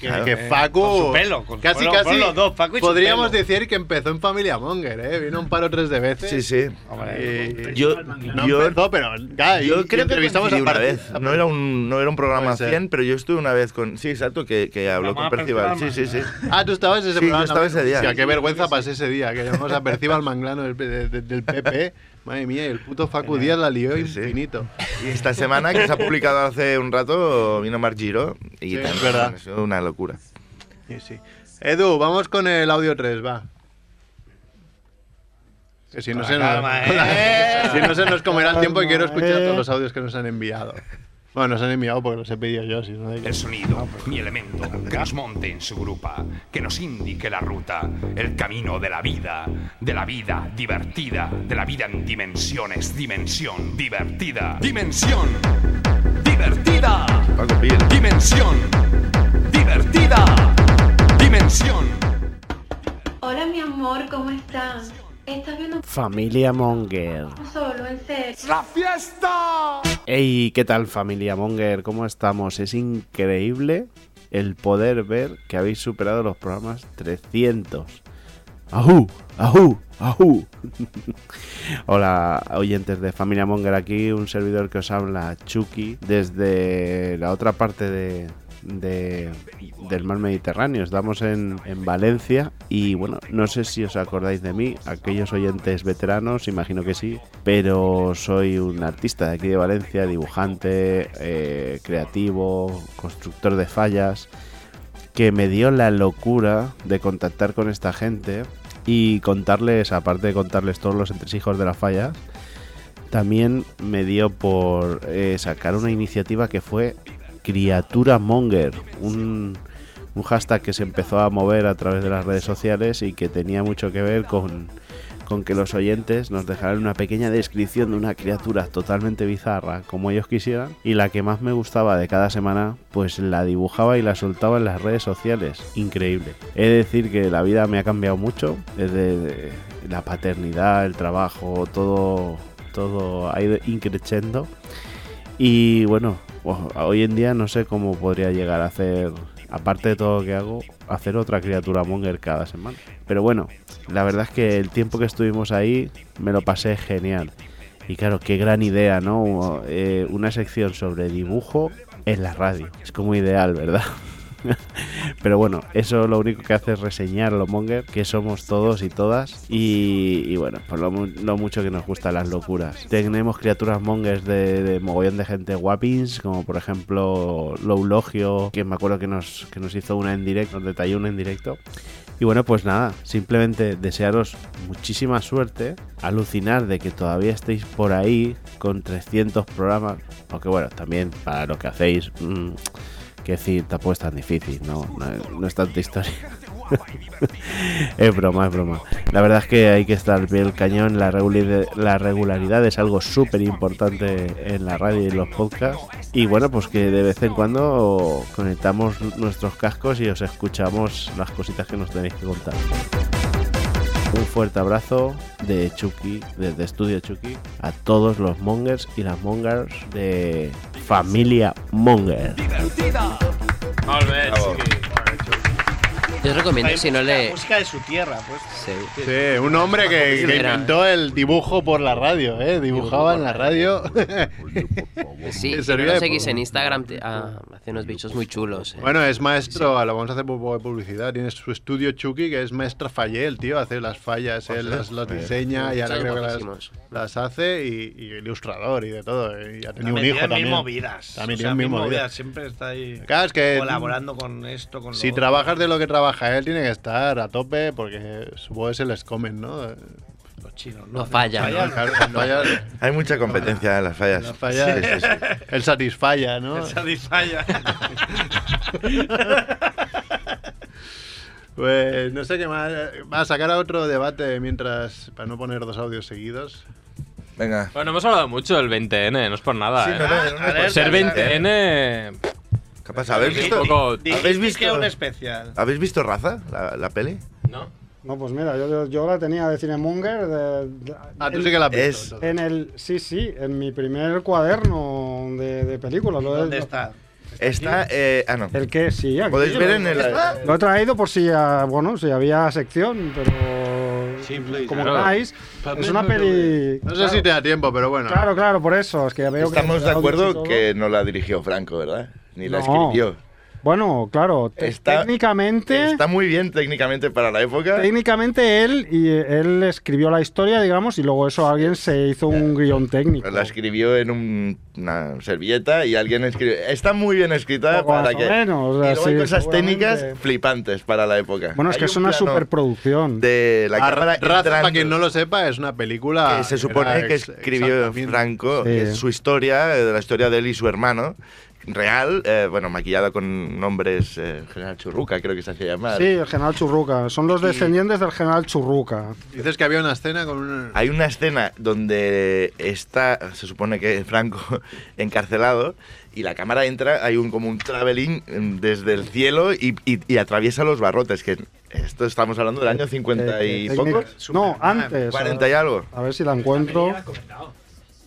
[SPEAKER 3] Que,
[SPEAKER 6] Claro.
[SPEAKER 3] que
[SPEAKER 6] Eh,
[SPEAKER 3] Facu.
[SPEAKER 6] con su pelo, con su
[SPEAKER 3] casi,
[SPEAKER 6] pelo,
[SPEAKER 3] casi.
[SPEAKER 6] con los dos, Facu y su
[SPEAKER 3] podríamos
[SPEAKER 6] pelo.
[SPEAKER 3] decir que empezó en Familia Monger, ¿eh? Vino a un paro tres de veces.
[SPEAKER 2] Sí, sí.
[SPEAKER 3] Hombre,
[SPEAKER 2] Yo,
[SPEAKER 3] no
[SPEAKER 2] yo-
[SPEAKER 3] empezó, pero. claro, y-
[SPEAKER 2] yo
[SPEAKER 3] y
[SPEAKER 2] creo que
[SPEAKER 3] entrevistamos a
[SPEAKER 2] coincidí una
[SPEAKER 3] Parti-
[SPEAKER 2] vez. No era un, no era un programa 100, pero yo estuve una vez con. Sí, exacto, que, que habló
[SPEAKER 3] Vamos a
[SPEAKER 2] con Percival. Sí,
[SPEAKER 3] Percival
[SPEAKER 2] sí, sí.
[SPEAKER 3] Ah, tú estabas ese
[SPEAKER 2] Sí,
[SPEAKER 3] programa.
[SPEAKER 2] yo estaba ese día.
[SPEAKER 3] Hostia, qué vergüenza pasé ese día, que llamamos a Percival Manglano del, de- de- del PP. Madre mía, y el puto Facu Díaz la lió infinito.
[SPEAKER 2] Y esta semana, que se ha publicado hace un rato, vino Mar Giro. Y
[SPEAKER 3] Sí,
[SPEAKER 2] también
[SPEAKER 3] es verdad.
[SPEAKER 2] ha sido una locura.
[SPEAKER 3] Sí, sí. Edu, vamos con el audio 3, va. Que si no,
[SPEAKER 6] Con
[SPEAKER 3] se
[SPEAKER 6] la
[SPEAKER 3] nos,
[SPEAKER 6] calma, ¿eh?
[SPEAKER 3] si no se nos comerá el tiempo y quiero
[SPEAKER 6] Calma,
[SPEAKER 3] escuchar
[SPEAKER 6] ¿eh?
[SPEAKER 3] todos los audios que nos han enviado. Bueno, nos han enviado porque los he pedido yo. Si no
[SPEAKER 14] El sonido, mi elemento, que nos monte en su grupa, que nos indique la ruta, el camino de la vida, de la vida divertida, de la vida en dimensiones, dimensión divertida. Dimensión divertida. Dimensión divertida. Dimensión.
[SPEAKER 15] Hola mi amor, ¿cómo estás? ¿Estás viendo
[SPEAKER 16] Familia Monger.
[SPEAKER 15] solo, en serio? ¡La fiesta!
[SPEAKER 16] Hey, ¿qué tal familia Monger? ¿Cómo estamos? Es increíble el poder ver que habéis superado los programas 300. ¡Ajú! ¡Ajú! ¡Ajú! Hola, oyentes de Familia Monger, aquí un servidor que os habla, Chucky, desde la otra parte de, de- del mar Mediterráneo. Estamos en, en Valencia y bueno, no sé si os acordáis de mí, aquellos oyentes veteranos, imagino que sí, pero soy un artista de aquí de Valencia, dibujante, eh, creativo, constructor de fallas que me dio la locura de contactar con esta gente y contarles, aparte de contarles todos los entresijos de la falla, también me dio por eh, sacar una iniciativa que fue Criatura Monger, un, un hashtag que se empezó a mover a través de las redes sociales y que tenía mucho que ver con, con que los oyentes nos dejaran una pequeña descripción de una criatura totalmente bizarra, como ellos quisieran, y la que más me gustaba de cada semana, pues la dibujaba y la soltaba en las redes sociales. Increíble. He de decir que la vida me ha cambiado mucho, desde eh, la paternidad, el trabajo, todo, todo ha ido increciendo. Y bueno, o- hoy en día no sé cómo podría llegar a hacer, aparte de todo lo que hago, hacer otra criatura monger cada semana. Pero bueno, la verdad es que el tiempo que estuvimos ahí me lo pasé genial. Y claro, qué gran idea, ¿no? Eh, una sección sobre dibujo en la radio. Es como ideal, ¿verdad? Pero bueno, eso lo único que hace es reseñar lo monger, que somos todos y todas. Y, y bueno, por lo, mu- lo mucho que nos gustan las locuras. Tenemos criaturas mongers de, de mogollón de gente guapins, como por ejemplo Loulogio, que me acuerdo que nos, que nos hizo una en directo, nos detalló una en directo. Y bueno, pues nada, simplemente desearos muchísima suerte, alucinar de que todavía estéis por ahí con 300 programas, aunque bueno, también para lo que hacéis, mm, que decir, tampoco es tan difícil, no, no, no es tanta historia. es broma, es broma. La verdad es que hay que estar al pie del cañón. La, reguli- la regularidad es algo súper importante en la radio y en los podcasts. Y bueno, pues que de vez en cuando conectamos nuestros cascos y os escuchamos las cositas que nos tenéis que contar. Un fuerte abrazo de Chucky, desde Estudio Chucky, a todos los mongers y las mongers de Familia Monger.
[SPEAKER 6] Molt bé, Chiqui.
[SPEAKER 7] Yo os recomiendo,
[SPEAKER 6] Hay
[SPEAKER 7] si no
[SPEAKER 6] música-
[SPEAKER 7] le...
[SPEAKER 6] Música de su tierra, pues.
[SPEAKER 3] Sí, un hombre que, que
[SPEAKER 7] Mira.
[SPEAKER 3] inventó el dibujo por la radio, ¿eh? Dibujaba en la radio.
[SPEAKER 7] Eh, Sí, si
[SPEAKER 3] Que
[SPEAKER 7] no
[SPEAKER 3] servía
[SPEAKER 7] lo
[SPEAKER 3] de
[SPEAKER 7] seguís
[SPEAKER 1] pues.
[SPEAKER 3] poco.
[SPEAKER 7] en Instagram, te- ah, hace unos bichos muy chulos. eh.
[SPEAKER 3] Bueno, es maestro, lo vamos a hacer un poco de publicidad. Tiene su estudio Chucky, que es maestra Fallé, el tío, hace las fallas,
[SPEAKER 16] Pues
[SPEAKER 3] él las, las diseña y ahora
[SPEAKER 7] Son
[SPEAKER 3] creo que las,
[SPEAKER 7] guapísimos.
[SPEAKER 3] las hace y, y ilustrador y de todo. eh, Y ha tenido
[SPEAKER 6] También
[SPEAKER 3] un hijo
[SPEAKER 6] tiene mil
[SPEAKER 3] también.
[SPEAKER 6] movidas.
[SPEAKER 3] También
[SPEAKER 6] O sea,
[SPEAKER 3] tiene mil
[SPEAKER 6] mil
[SPEAKER 3] movidas.
[SPEAKER 6] movidas, siempre está ahí
[SPEAKER 3] Claro, es que- mm,
[SPEAKER 6] colaborando con esto, con lo
[SPEAKER 3] Si
[SPEAKER 6] otro.
[SPEAKER 3] trabajas de lo que trabaja él, tiene que estar a tope porque supongo que se les comen, ¿no? Los
[SPEAKER 6] chinos,
[SPEAKER 2] ¿no? No falla,
[SPEAKER 3] Fallan,
[SPEAKER 2] ¿no?
[SPEAKER 3] claro, las fallas-
[SPEAKER 2] Hay mucha competencia en las fallas.
[SPEAKER 3] las fallas-
[SPEAKER 2] Sí, sí, sí.
[SPEAKER 3] El satisfalla, ¿no?
[SPEAKER 6] El satisfaya.
[SPEAKER 3] Pues no sé qué más. Va a sacar a otro debate mientras. para no poner dos audios seguidos.
[SPEAKER 2] Venga.
[SPEAKER 4] Bueno, hemos hablado mucho del 20N, no es por nada.
[SPEAKER 3] Sí,
[SPEAKER 4] ¿eh?
[SPEAKER 3] no, no, era una cosa-
[SPEAKER 4] Ser
[SPEAKER 3] ¿eh?
[SPEAKER 4] 20N.
[SPEAKER 2] Capaz, ¿habéis
[SPEAKER 4] Es un
[SPEAKER 2] visto?
[SPEAKER 4] poco-
[SPEAKER 2] ¿Habéis visto?
[SPEAKER 6] que un especial.
[SPEAKER 2] ¿Habéis visto Raza, la, la peli?
[SPEAKER 1] No, pues mira, yo, yo la tenía de Cinemonger. De, de-
[SPEAKER 3] Ah, tú
[SPEAKER 1] en-
[SPEAKER 3] sí que la has visto,
[SPEAKER 1] es- En el, sí, sí, en mi primer cuaderno de, de películas. lo he-
[SPEAKER 6] ¿Dónde
[SPEAKER 1] lo-
[SPEAKER 6] está?
[SPEAKER 2] Está. eh, ah, no.
[SPEAKER 1] El que sí, aquí.
[SPEAKER 2] Podéis ver en el.
[SPEAKER 1] Lo he traído por si, ah, bueno, si había sección, pero. como
[SPEAKER 3] claro.
[SPEAKER 1] queráis. Es una peli.
[SPEAKER 3] No sé
[SPEAKER 1] claro,
[SPEAKER 3] si te da tiempo, pero bueno.
[SPEAKER 1] Claro, claro, por eso. Es que ya veo que-
[SPEAKER 2] Estamos de acuerdo que no la dirigió Franco, ¿verdad? Ni la
[SPEAKER 1] No.
[SPEAKER 2] escribió.
[SPEAKER 1] Bueno, claro. te-
[SPEAKER 2] Está-
[SPEAKER 1] técnicamente.
[SPEAKER 2] Está muy bien técnicamente para la época.
[SPEAKER 1] Técnicamente él y él escribió la historia, digamos, y luego eso alguien se hizo un guión técnico.
[SPEAKER 2] La escribió en un- una servilleta y alguien escribió. Está muy bien escrita
[SPEAKER 1] Poco
[SPEAKER 2] para
[SPEAKER 1] más o
[SPEAKER 2] que.
[SPEAKER 1] menos, o sea,
[SPEAKER 2] y luego hay
[SPEAKER 1] sí,
[SPEAKER 2] cosas
[SPEAKER 1] seguramente.
[SPEAKER 2] técnicas flipantes para la época.
[SPEAKER 1] Bueno, es
[SPEAKER 2] Hay
[SPEAKER 1] que es
[SPEAKER 2] un
[SPEAKER 1] una
[SPEAKER 2] plano
[SPEAKER 1] superproducción.
[SPEAKER 2] De la
[SPEAKER 3] Ah,
[SPEAKER 2] cámara
[SPEAKER 3] Raz, para
[SPEAKER 2] entrando.
[SPEAKER 3] quien no lo sepa, es una película.
[SPEAKER 2] que se supone
[SPEAKER 3] era
[SPEAKER 2] que
[SPEAKER 3] ex-
[SPEAKER 2] escribió Franco
[SPEAKER 1] Sí.
[SPEAKER 2] que es su historia, eh, la historia de él y su hermano, real, eh, bueno, maquillada con nombres eh, General Churruca, creo que se hacía llamar.
[SPEAKER 1] Sí, el general Churruca. Son los descendientes del general Churruca.
[SPEAKER 3] Dices que había una escena con un.
[SPEAKER 2] Hay una escena donde está, se supone que Franco, encarcelado, y la cámara entra, hay un como un traveling mm, desde el cielo y, y- y atraviesa los barrotes, que esto estamos hablando del año 50 y
[SPEAKER 1] Eh,
[SPEAKER 2] poco.
[SPEAKER 1] técnica- No, antes.
[SPEAKER 2] 40 y algo.
[SPEAKER 1] A ver si la encuentro.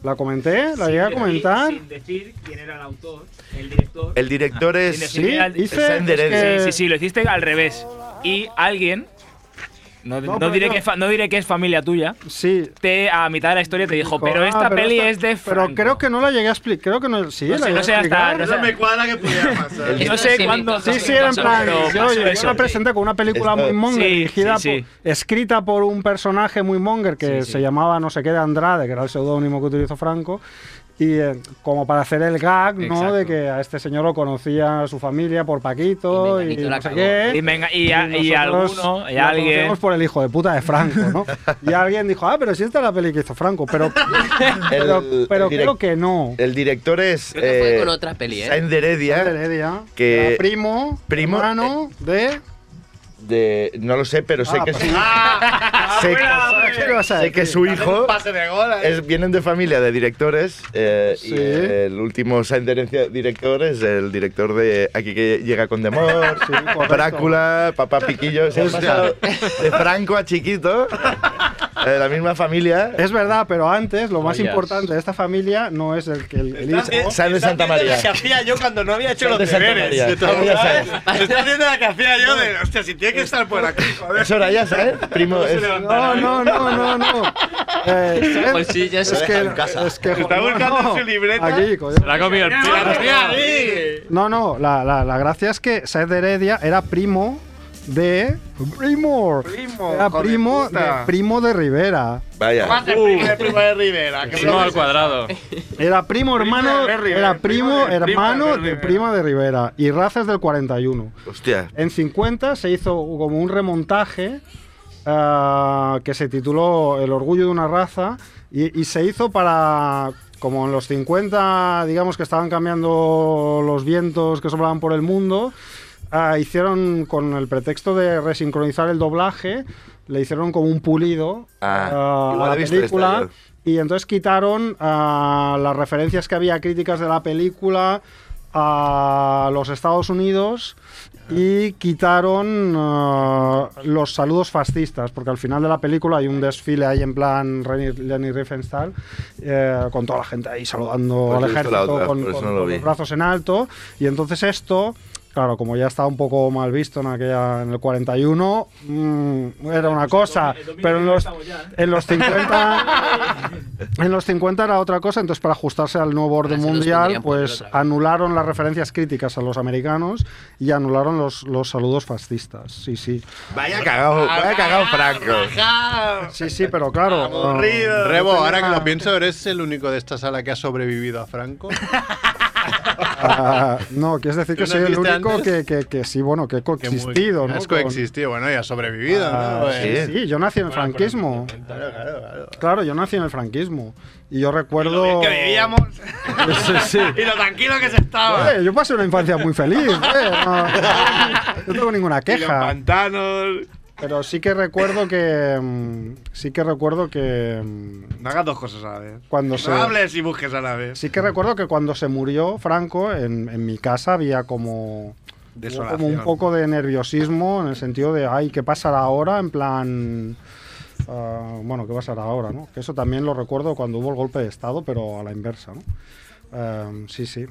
[SPEAKER 1] La comenté,
[SPEAKER 17] Sin
[SPEAKER 1] la llegué a
[SPEAKER 17] decir-
[SPEAKER 1] comentar.
[SPEAKER 17] Sin decir quién era el autor, el director.
[SPEAKER 2] El director es-
[SPEAKER 17] Sin decir
[SPEAKER 2] Sí,
[SPEAKER 17] quién era el-
[SPEAKER 2] hice- Sander es que-
[SPEAKER 17] Sí, sí, sí, lo hiciste al revés. Y alguien. No, no
[SPEAKER 1] pero
[SPEAKER 17] diré
[SPEAKER 1] yo-
[SPEAKER 17] que es fa- no diré que es familia tuya.
[SPEAKER 1] Sí.
[SPEAKER 17] Te, a mitad de la historia te dijo, pero
[SPEAKER 1] Ah,
[SPEAKER 17] esta peli
[SPEAKER 1] esta-
[SPEAKER 17] es de
[SPEAKER 1] Pero
[SPEAKER 17] Franco.
[SPEAKER 1] creo que no la llegué a explicar. Creo que no. Sí,
[SPEAKER 17] No
[SPEAKER 1] la
[SPEAKER 17] sé,
[SPEAKER 1] llegué
[SPEAKER 17] no sé
[SPEAKER 1] a
[SPEAKER 17] hasta.
[SPEAKER 1] explicar.
[SPEAKER 17] No, sé-
[SPEAKER 3] cuadra que pudiera pasar.
[SPEAKER 17] no sé cuándo.
[SPEAKER 1] Sí, sí, era en plan. Yo, yo la presenté con una película
[SPEAKER 17] Esto-
[SPEAKER 1] muy monger,
[SPEAKER 17] Sí,
[SPEAKER 1] dirigida
[SPEAKER 17] sí, sí.
[SPEAKER 1] por- escrita por un personaje muy monger que se llamaba no sé qué de Andrade, que era el seudónimo que utilizó Franco. Y eh, como para hacer el gag, ¿no?
[SPEAKER 17] Exacto.
[SPEAKER 1] De que a este señor lo conocía su familia por Paquito y, no sé qué.
[SPEAKER 17] Y, venga, y, a- y
[SPEAKER 1] nosotros
[SPEAKER 17] alguno, y
[SPEAKER 1] la
[SPEAKER 17] alguien.
[SPEAKER 1] conocemos por el hijo de puta de Franco, ¿no? Y alguien dijo, ah, pero si esta es la peli que hizo Franco, pero, pero,
[SPEAKER 2] El-
[SPEAKER 1] pero
[SPEAKER 2] el direc-
[SPEAKER 1] creo que no.
[SPEAKER 2] El director es.
[SPEAKER 1] que fue
[SPEAKER 2] eh,
[SPEAKER 1] con otra peli, ¿eh?
[SPEAKER 2] Sainz Heredia,
[SPEAKER 1] Sainz Heredia,
[SPEAKER 2] que
[SPEAKER 1] Era primo,
[SPEAKER 2] primo,
[SPEAKER 1] hermano de...
[SPEAKER 2] de- no lo sé, pero sé
[SPEAKER 1] Ah,
[SPEAKER 2] que
[SPEAKER 1] pues- Ah,
[SPEAKER 2] su,
[SPEAKER 6] Ah,
[SPEAKER 2] Ah, sé,
[SPEAKER 1] ¿Qué le vas a
[SPEAKER 2] sé que
[SPEAKER 1] decir?
[SPEAKER 2] su hijo
[SPEAKER 3] de gola,
[SPEAKER 6] ¿eh?
[SPEAKER 2] es- vienen de familia de directores eh,
[SPEAKER 1] Sí.
[SPEAKER 2] y eh, el último Sainz Heredia director es el director de Aquí que llega con Demor,
[SPEAKER 1] correcto.
[SPEAKER 2] Drácula, Papá Piquillo, se han
[SPEAKER 1] Hostia.
[SPEAKER 2] pasado de Franco a Chiquito, eh, la misma familia.
[SPEAKER 1] Es verdad, pero antes lo más
[SPEAKER 2] Joyas.
[SPEAKER 1] importante de esta familia no es el que el, el hijo.
[SPEAKER 2] Sainz de Santa María.
[SPEAKER 6] La que hacía yo cuando no había hecho
[SPEAKER 2] Sal
[SPEAKER 6] los
[SPEAKER 2] de Santa María.
[SPEAKER 6] deberes.
[SPEAKER 2] Ahora ya
[SPEAKER 6] ¿sabes?
[SPEAKER 2] sabes.
[SPEAKER 6] Estoy haciendo la que hacía yo de, hostia, si tiene que estar por aquí, pues joder.
[SPEAKER 2] Es hora ya, ¿sabes? Primo, es-
[SPEAKER 1] No, no, no, no, no. Eh, ¿sabes?
[SPEAKER 6] Pues sí, ya se
[SPEAKER 1] es que,
[SPEAKER 6] deja en casa.
[SPEAKER 1] es que
[SPEAKER 6] Se está buscando en su libreta.
[SPEAKER 1] Aquí, coño.
[SPEAKER 4] La ha comido el
[SPEAKER 1] No, no, la, la, la gracia es que Saez de Heredia era primo de. ¡Primo!
[SPEAKER 6] Primo,
[SPEAKER 1] era
[SPEAKER 6] hijo de
[SPEAKER 1] primo de,
[SPEAKER 6] puta.
[SPEAKER 1] primo de Rivera.
[SPEAKER 2] Vaya.
[SPEAKER 6] de primo de Rivera. que
[SPEAKER 4] Uno al cuadrado.
[SPEAKER 1] Era primo, hermano.
[SPEAKER 6] de Rivera,
[SPEAKER 1] Era
[SPEAKER 6] primo
[SPEAKER 1] primo,
[SPEAKER 6] de-
[SPEAKER 1] hermano
[SPEAKER 6] primo de
[SPEAKER 1] de
[SPEAKER 6] Rivera.
[SPEAKER 1] prima de Rivera. Y razas del 41.
[SPEAKER 2] Hostia.
[SPEAKER 1] En 50 se hizo como un remontaje ah, que se tituló El orgullo de una raza y, y se hizo para, como en los 50, digamos que estaban cambiando los vientos que soplaban por el mundo, ah, hicieron con el pretexto de resincronizar el doblaje, le hicieron como un pulido
[SPEAKER 2] Ah,
[SPEAKER 1] ah,
[SPEAKER 2] igual
[SPEAKER 1] a la
[SPEAKER 2] he visto esta
[SPEAKER 1] película.
[SPEAKER 2] yo.
[SPEAKER 1] Y entonces quitaron ah, las referencias que había críticas de la película a los Estados Unidos y quitaron ah, los saludos fascistas, porque al final de la película hay un desfile ahí en plan Reni- Leni Riefenstahl, eh, con toda la gente ahí
[SPEAKER 2] Pues
[SPEAKER 1] saludando al
[SPEAKER 2] yo he visto la
[SPEAKER 1] ejército
[SPEAKER 2] otra,
[SPEAKER 1] con,
[SPEAKER 2] por eso
[SPEAKER 1] con-
[SPEAKER 2] no lo
[SPEAKER 1] con
[SPEAKER 2] vi.
[SPEAKER 1] los brazos en alto. Y entonces esto... Claro, como ya estaba un poco mal visto en aquella en el 41, mm, era una cosa, pero en los, en los 50 en los 50 era otra cosa, entonces para ajustarse al nuevo orden mundial, pues anularon las referencias críticas a los americanos y anularon los, los saludos fascistas. Sí, sí.
[SPEAKER 2] Vaya cagado, vaya cagado Franco.
[SPEAKER 1] Sí, sí, pero claro. ah, no
[SPEAKER 3] Rebo,
[SPEAKER 1] tenía-
[SPEAKER 3] ahora que lo pienso, ¿eres el único de esta sala que ha sobrevivido a Franco?
[SPEAKER 1] ah, no, quieres decir
[SPEAKER 3] ¿Tú
[SPEAKER 1] que
[SPEAKER 3] no
[SPEAKER 1] soy el
[SPEAKER 3] viste
[SPEAKER 1] único
[SPEAKER 3] antes?
[SPEAKER 1] que, que, que sí, bueno, que he coexistido, ¿no?
[SPEAKER 3] Has
[SPEAKER 1] Con-
[SPEAKER 3] coexistido, bueno, y has sobrevivido,
[SPEAKER 1] Ah,
[SPEAKER 3] ¿no? Pues-
[SPEAKER 1] sí, sí, yo nací en el franquismo. Claro, yo nací en el franquismo. Y yo recuerdo.
[SPEAKER 6] Que vivíamos.
[SPEAKER 1] Sí, sí.
[SPEAKER 6] Y lo tranquilo que se estaba.
[SPEAKER 1] Eh, yo pasé una infancia muy feliz. eh, No, no tengo ninguna
[SPEAKER 6] Y los
[SPEAKER 1] queja.
[SPEAKER 6] pantanos.
[SPEAKER 1] Pero sí que recuerdo que. mm, Sí que recuerdo que. mm,
[SPEAKER 6] No hagas dos cosas a la vez.
[SPEAKER 1] Cuando
[SPEAKER 6] No
[SPEAKER 1] se.
[SPEAKER 6] hables y busques a la vez.
[SPEAKER 1] Sí que recuerdo que cuando se murió Franco, en, en mi casa había como. hubo Como un
[SPEAKER 6] Desolación.
[SPEAKER 1] poco de nerviosismo en el sentido de, ay, ¿qué pasará ahora? En plan. ah, bueno, ¿qué pasará ahora? ¿no? Que eso también lo recuerdo cuando hubo el golpe de Estado, pero a la inversa. ¿no? Em, sí, sí.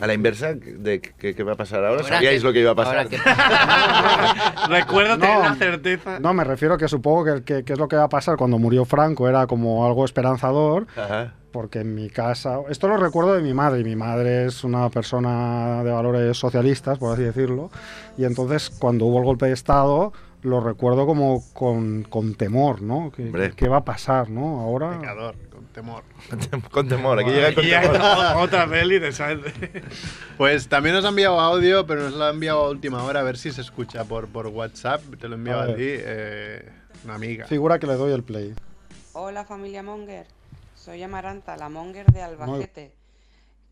[SPEAKER 2] A la inversa de qué qué va a pasar ahora, sabíais lo que iba a pasar.
[SPEAKER 6] Recuerdo
[SPEAKER 1] No.
[SPEAKER 6] tener la certeza.
[SPEAKER 1] No, me refiero que supongo que, el que, que es lo que va a pasar cuando murió Franco, era como algo esperanzador, porque en mi casa, esto lo recuerdo de mi madre, y mi madre es una persona de valores socialistas, por así decirlo, y entonces cuando hubo el golpe de Estado, lo recuerdo como con, con temor, ¿no? ¿Qué, qué va a pasar, ¿no? Ahora...
[SPEAKER 3] Pecador, con temor.
[SPEAKER 2] Con temor, aquí llega con
[SPEAKER 3] Y ya
[SPEAKER 2] temor.
[SPEAKER 3] está otra peli de Sáenz. Pues también nos ha enviado audio, pero nos lo ha enviado a última hora, a ver si se escucha por, por WhatsApp. Te lo enviaba
[SPEAKER 1] A
[SPEAKER 3] a,
[SPEAKER 1] ver.
[SPEAKER 3] ti, eh, una amiga.
[SPEAKER 1] Figura que le doy el play.
[SPEAKER 18] Hola familia Monger, soy Amaranta, la Monger de Albacete.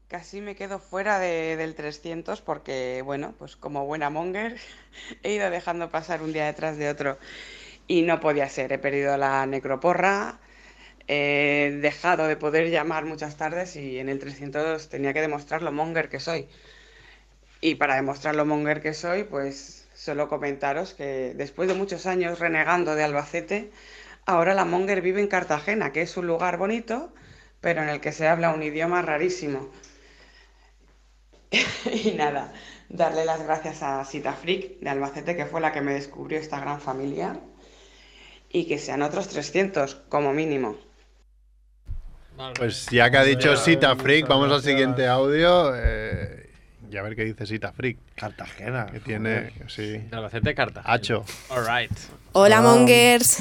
[SPEAKER 18] Casi me quedo fuera de- del 300 porque, bueno, pues como buena Monger he ido dejando pasar un día detrás de otro y no podía ser. He perdido la necroporra, he dejado de poder llamar muchas tardes y en el 300 tenía que demostrar lo Monger que soy. Y para demostrar lo Monger que soy, pues solo comentaros que después de muchos años renegando de Albacete, Ahora la Monger vive en Cartagena, que es un lugar bonito, pero en el que se habla un idioma rarísimo. y nada, darle las gracias a Sita Freak de Albacete, que fue la que me descubrió esta gran familia, y que sean otros 300 como mínimo.
[SPEAKER 3] Pues ya que ha dicho
[SPEAKER 6] Muchas
[SPEAKER 3] Sita
[SPEAKER 6] gracias,
[SPEAKER 3] Freak,
[SPEAKER 6] muchas
[SPEAKER 3] vamos al
[SPEAKER 6] gracias.
[SPEAKER 3] siguiente audio. eh, y a ver qué dice Sita Freak. Cartagena. Que tiene. Sí.
[SPEAKER 4] Albacete, Cartagena.
[SPEAKER 3] Hacho.
[SPEAKER 4] All right.
[SPEAKER 19] Hola Mongers,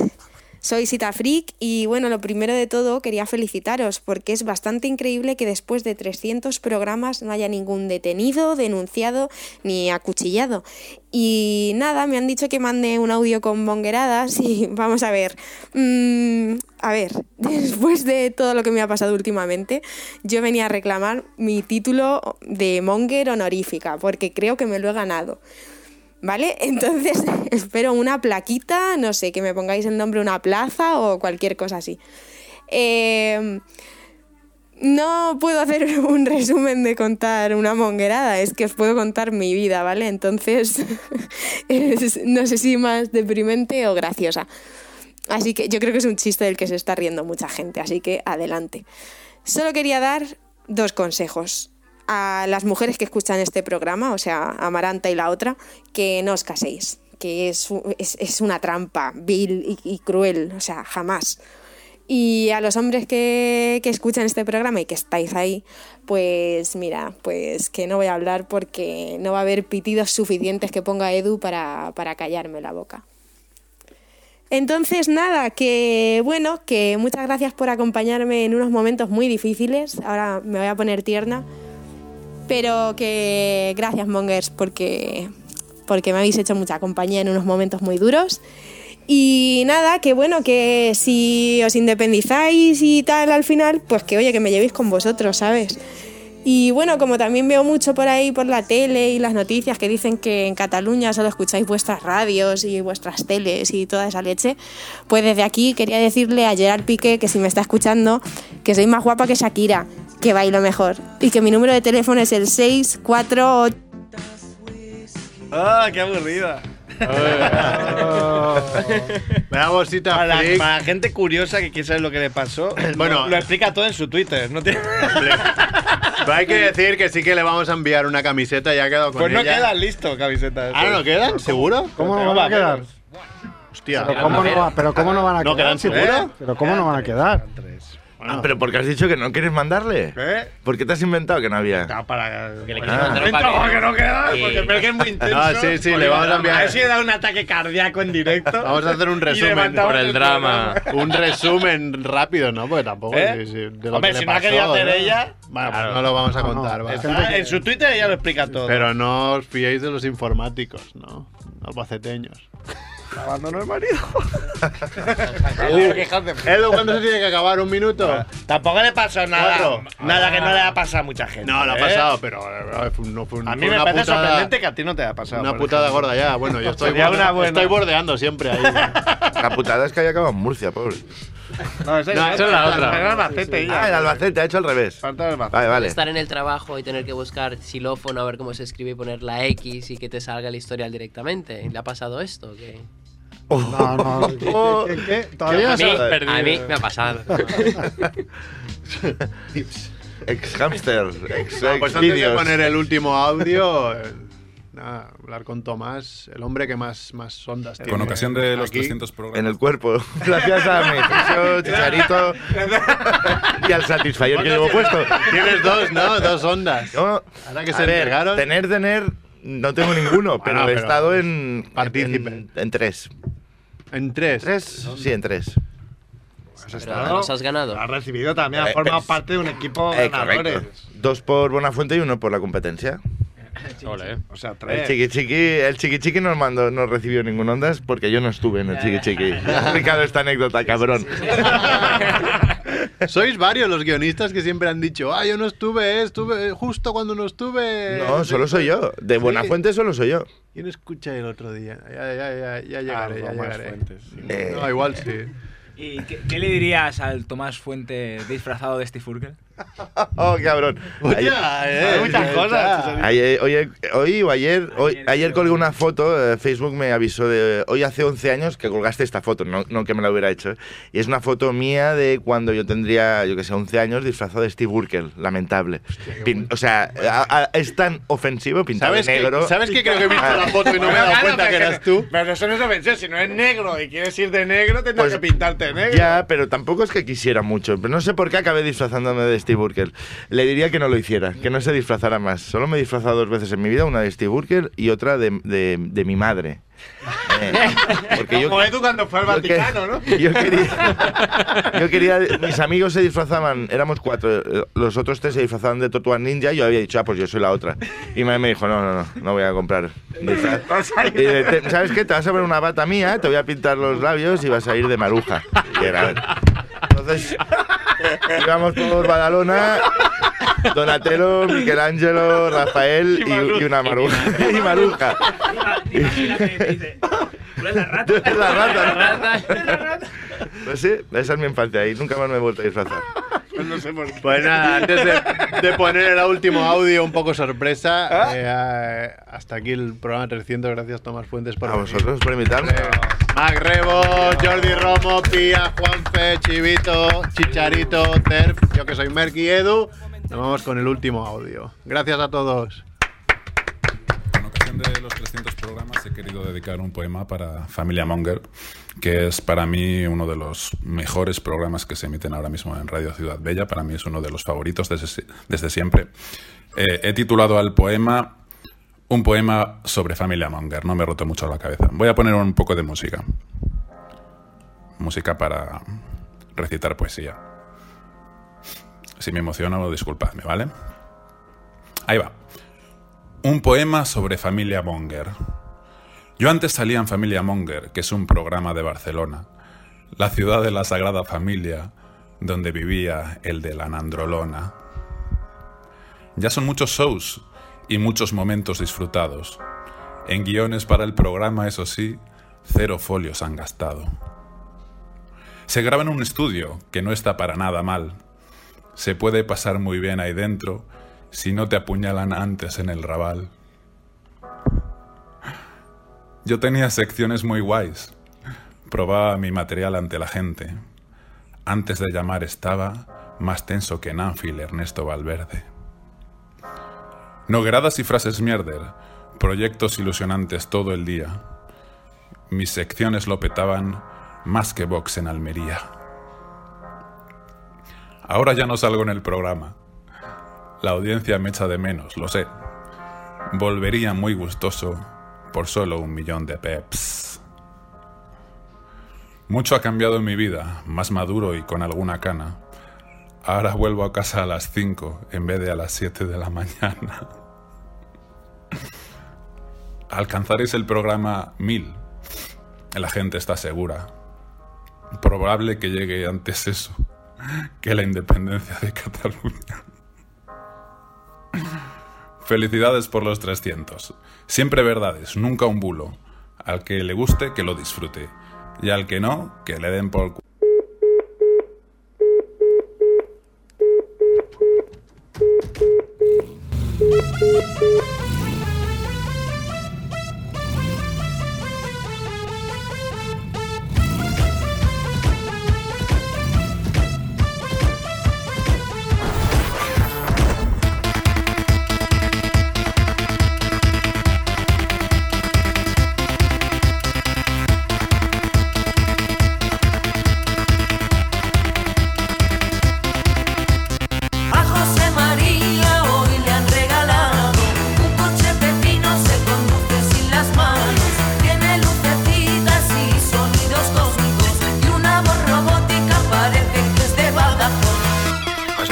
[SPEAKER 19] soy Sita Freak y bueno, lo primero de todo quería felicitaros porque es bastante increíble que después de 300 programas no haya ningún detenido, denunciado ni acuchillado. Y nada, me han dicho que mande un audio con mongueradas y vamos a ver. Mm, a ver, después de todo lo que me ha pasado últimamente, yo venía a reclamar mi título de monger honorífica porque creo que me lo he ganado. ¿Vale? Entonces espero una plaquita, no sé, que me pongáis el nombre de una plaza o cualquier cosa así. Eh, no puedo hacer un resumen de contar una monguerada, es que os puedo contar mi vida, ¿vale? Entonces es- no sé si más deprimente o graciosa. Así que yo creo que es un chiste del que se está riendo mucha gente, así que adelante. Solo quería dar dos consejos a las mujeres que escuchan este programa, o sea, a Amaranta y la otra, que no os caséis, que es, u- es- es una trampa vil y, y cruel, o sea, jamás. Y a los hombres que, que escuchan este programa y que estáis ahí, pues mira, pues que no voy a hablar porque no va a haber pitidos suficientes que ponga Edu para, para callarme la boca. Entonces, nada, que bueno, que muchas gracias por acompañarme en unos momentos muy difíciles. Ahora me voy a poner tierna. Pero que gracias, Mongers, porque, porque me habéis hecho mucha compañía en unos momentos muy duros. Y nada, que bueno, que si os independizáis y tal al final, pues que oye, que me llevéis con vosotros, ¿sabes? Y bueno, como también veo mucho por ahí por la tele y las noticias que dicen que en Cataluña solo escucháis vuestras radios y vuestras teles y toda esa leche, pues desde aquí quería decirle a Gerard Piqué que si me está escuchando, que soy más guapa que Shakira, que bailo mejor y que mi número de teléfono es el 648.
[SPEAKER 6] ¡Ah, qué aburrida!
[SPEAKER 3] Bravo, Sita
[SPEAKER 6] para,
[SPEAKER 3] Freak.
[SPEAKER 6] para la gente curiosa que quiere saber lo que le pasó,
[SPEAKER 3] Bueno.
[SPEAKER 6] bueno, lo explica todo en su Twitter. No tiene...
[SPEAKER 3] Pero hay que decir que sí que le vamos a enviar una camiseta, ya ha quedado con
[SPEAKER 6] Pues no
[SPEAKER 3] ella.
[SPEAKER 6] quedan listo camisetas.
[SPEAKER 3] Ah, ¿no quedan? ¿Seguro?
[SPEAKER 1] ¿Cómo no van a quedar?
[SPEAKER 3] Hostia.
[SPEAKER 1] Pero ¿cómo no, va- pero cómo no van a
[SPEAKER 3] ¿No
[SPEAKER 1] quedar?
[SPEAKER 3] quedan
[SPEAKER 1] si-
[SPEAKER 3] seguro?
[SPEAKER 1] ¿Pero cómo no van a quedar?
[SPEAKER 2] Ah, pero porque has dicho que no quieres mandarle. ¿Por qué te has inventado que no había?
[SPEAKER 6] para que le
[SPEAKER 3] Ah.
[SPEAKER 2] quieres mandar un
[SPEAKER 6] que no queda,
[SPEAKER 2] Sí.
[SPEAKER 6] porque pero que es muy intenso.
[SPEAKER 2] Ah, sí, sí,
[SPEAKER 6] Por
[SPEAKER 2] le
[SPEAKER 6] el
[SPEAKER 2] vamos a
[SPEAKER 6] drama.
[SPEAKER 2] enviar-
[SPEAKER 6] ver si le da un ataque cardíaco en directo.
[SPEAKER 3] Vamos a hacer un
[SPEAKER 6] Y
[SPEAKER 3] resumen.
[SPEAKER 6] levantamos programa.
[SPEAKER 3] Un resumen rápido, ¿no? Pues tampoco.
[SPEAKER 6] ¿Eh?
[SPEAKER 3] sí, sí, de lo
[SPEAKER 6] Hombre,
[SPEAKER 3] que le
[SPEAKER 6] si no ha
[SPEAKER 3] pasó,
[SPEAKER 6] querido hacer
[SPEAKER 3] ¿no?
[SPEAKER 6] ella.
[SPEAKER 3] Bueno, pues no lo vamos a contar, va.
[SPEAKER 6] Ah, en su Twitter ella lo explica todo.
[SPEAKER 3] Pero no os fiéis de los informáticos, ¿no? Albaceteños.
[SPEAKER 6] Abandonó el marido.
[SPEAKER 3] Edu, ¿cuándo se tiene que acabar? ¿Un minuto?
[SPEAKER 6] Tampoco le pasó nada.
[SPEAKER 3] Cuatro. Ah.
[SPEAKER 6] Nada que no le ha pasado a mucha gente.
[SPEAKER 3] No, lo ha
[SPEAKER 6] ¿eh?
[SPEAKER 3] pasado, pero eh, fue un- no fue un-
[SPEAKER 6] A mí
[SPEAKER 3] fue
[SPEAKER 6] me
[SPEAKER 3] una
[SPEAKER 6] parece
[SPEAKER 3] putada-
[SPEAKER 6] sorprendente que a ti no te haya pasado.
[SPEAKER 3] Una
[SPEAKER 6] por
[SPEAKER 3] putada
[SPEAKER 6] ejemplo.
[SPEAKER 3] gorda ya. Ah, Bueno, yo estoy,
[SPEAKER 6] Sería una
[SPEAKER 3] borde-
[SPEAKER 6] buena.
[SPEAKER 3] estoy bordeando siempre ahí.
[SPEAKER 2] La putada es que haya acabado en Murcia, pobre.
[SPEAKER 6] No, esa
[SPEAKER 2] No, esa es la otra.
[SPEAKER 6] Era Albacete
[SPEAKER 2] Ah, el
[SPEAKER 6] ella.
[SPEAKER 2] Albacete ha hecho al revés.
[SPEAKER 6] Falta el Albacete.
[SPEAKER 2] Vale, vale.
[SPEAKER 7] Estar en el trabajo y tener que buscar xilófono a ver cómo se escribe y poner la X y que te salga el historial directamente. ¿Le ha pasado esto? que
[SPEAKER 1] No, no.
[SPEAKER 2] Oh.
[SPEAKER 1] ¿Qué, qué, qué?
[SPEAKER 7] A
[SPEAKER 1] ¿Todavía
[SPEAKER 7] mí,
[SPEAKER 1] no se-
[SPEAKER 7] a mí me ha pasado.
[SPEAKER 2] Ex hamster, ex,
[SPEAKER 3] Ah, pues antes de
[SPEAKER 2] vídeos.
[SPEAKER 3] poner el último audio, eh, nada, hablar con Tomás, el hombre que más, más ondas tiene.
[SPEAKER 10] Con ocasión de los
[SPEAKER 3] Aquí.
[SPEAKER 10] 300 programas.
[SPEAKER 2] En el cuerpo. Gracias a mi fisio, Chicharito y al Satisfyer que llevo puesto.
[SPEAKER 3] Tienes dos, ¿no? Dos ondas.
[SPEAKER 2] Yo,
[SPEAKER 3] Ahora que
[SPEAKER 2] a
[SPEAKER 3] se
[SPEAKER 2] ver,
[SPEAKER 3] entregaron.
[SPEAKER 2] Tener, tener, no tengo ninguno, pero
[SPEAKER 3] Bueno,
[SPEAKER 2] he
[SPEAKER 3] Ah, pero
[SPEAKER 2] estado en.
[SPEAKER 3] partícipe.
[SPEAKER 2] En, en tres.
[SPEAKER 3] ¿En tres?
[SPEAKER 2] Sí, en tres.
[SPEAKER 7] Los has ganado.
[SPEAKER 20] Has recibido también,
[SPEAKER 2] Eh,
[SPEAKER 20] has formado
[SPEAKER 2] es-
[SPEAKER 20] parte de un equipo
[SPEAKER 2] Eh,
[SPEAKER 20] ganadores.
[SPEAKER 2] correcto. Dos por Buenafuente y uno por la competencia.
[SPEAKER 20] O sea,
[SPEAKER 2] El
[SPEAKER 20] tres.
[SPEAKER 2] chiqui chiqui, el chiqui chiqui no mandó, no recibió ningún ondas porque yo no estuve en el chiqui chiqui. Ya he explicado esta anécdota, cabrón.
[SPEAKER 3] Sois varios los guionistas que siempre han dicho, ah, yo no estuve, eh, estuve eh, justo cuando no estuve.
[SPEAKER 2] No, solo soy yo. De Buenafuente solo soy yo.
[SPEAKER 3] ¿Quién escucha el otro día? Ya, ya, ya, ya
[SPEAKER 8] Ah,
[SPEAKER 3] llegaré, ya
[SPEAKER 2] Algo más
[SPEAKER 3] llegaré.
[SPEAKER 2] fuentes. Eh.
[SPEAKER 3] No, igual sí.
[SPEAKER 8] ¿Y qué, qué le dirías al Tomás Fuente disfrazado de Steve Urkel?
[SPEAKER 2] Oh, cabrón.
[SPEAKER 3] eh, muchas cosas.
[SPEAKER 2] Ah, Ayer- oye, hoy o ayer, hoy, ayer colgué una foto, eh, Facebook me avisó de hoy hace 11 años que colgaste esta foto, no, no que me la hubiera hecho. ¿eh? Y es una foto mía de cuando yo tendría, yo que sé, 11 años disfrazado de Steve Urkel, lamentable. Pin- o sea, a- a- es tan ofensivo pintado
[SPEAKER 3] ¿Sabes
[SPEAKER 2] de
[SPEAKER 3] qué-
[SPEAKER 2] negro.
[SPEAKER 3] sabes qué? Creo que he visto
[SPEAKER 2] Ah.
[SPEAKER 3] la foto y no me he dado cuenta que eras tú.
[SPEAKER 20] Pero eso no es ofensivo. Si no es negro y quieres ir de negro, tendrás
[SPEAKER 2] Pues-
[SPEAKER 20] que pintarte de negro.
[SPEAKER 2] Ya, pero tampoco es que quisiera mucho. Pero no sé por qué acabé disfrazándome de Steve Urkel. Le diría que no lo hiciera, que no se disfrazara más. Solo me he disfrazado dos veces en mi vida, una de Steve Urkel y otra de, de- de mi madre. Eh, porque yo,
[SPEAKER 20] Como Edu cuando fue al
[SPEAKER 2] yo que-
[SPEAKER 20] Vaticano, ¿no?
[SPEAKER 2] Yo quería, yo quería- Mis amigos se disfrazaban, éramos cuatro. eh, Los otros tres se disfrazaban de Tortuga Ninja y yo había dicho, ah, pues yo soy la otra. Y mi madre me dijo, no, no, no, no voy a comprar. disfraz". Y de- te- ¿Sabes qué? Te vas a poner una bata mía, te voy a pintar los labios y vas a ir de maruja. Y era- Entonces, íbamos por Badalona. Donatello, Michelangelo, Rafael y, y una maruja. y maruja. Yo era la rata. Pues sí, esa es mi infancia y nunca más me he vuelto a disfrazar.
[SPEAKER 20] no sé por qué.
[SPEAKER 3] Pues nada, antes de, de poner el último audio un poco sorpresa, eh, ah, hasta aquí el programa 300. Gracias, Tomás Fuentes, por Eh,
[SPEAKER 2] A vosotros por invitarme.
[SPEAKER 3] Mac Rebo, Jordi Romo, Pía, Juanfe, Chivito, Chicharito, Terf, yo que soy Merky Edu. Nos vamos con el último audio. Gracias a todos.
[SPEAKER 10] En ocasión de los 300 programas he querido dedicar un poema para Familia Monger, que es para mí uno de los mejores programas que se emiten ahora mismo en Radio Ciudad Bella. Para mí es uno de los favoritos desde, si- desde siempre. Eh, he titulado al poema un poema sobre Familia Monger. No me he roto mucho la cabeza. Voy a poner un poco de música. Música para recitar poesía. Si me emociono, disculpadme, ¿vale? Ahí va. Un poema sobre Familia Monger. Yo antes salía en Familia Monger, que es un programa de Barcelona, la ciudad de la Sagrada Familia, donde vivía el de la Nandrolona. Ya son muchos shows y muchos momentos disfrutados. En guiones para el programa, eso sí, cero folios han gastado. Se graba en un estudio, que no está para nada mal. Se puede pasar muy bien ahí dentro si no te apuñalan antes en el rabal. Yo tenía secciones muy guays. Probaba mi material ante la gente. Antes de llamar estaba más tenso que Nanfil Ernesto Valverde. Nogueradas y frases mierder, proyectos ilusionantes todo el día. Mis secciones lo petaban más que Vox en Almería. Ahora ya no salgo en el programa. La audiencia me echa de menos, lo sé. Volvería muy gustoso por solo un millón de peps. Mucho ha cambiado en mi vida, más maduro y con alguna cana. Ahora vuelvo a casa a las 5 en vez de a las 7 de la mañana. Alcanzaréis el programa 1000. La gente está segura. Probable que llegue antes eso que la independencia de Cataluña. Felicidades por los 300. Siempre verdades, nunca un bulo. Al que le guste, que lo disfrute. Y al que no, que le den por... cu-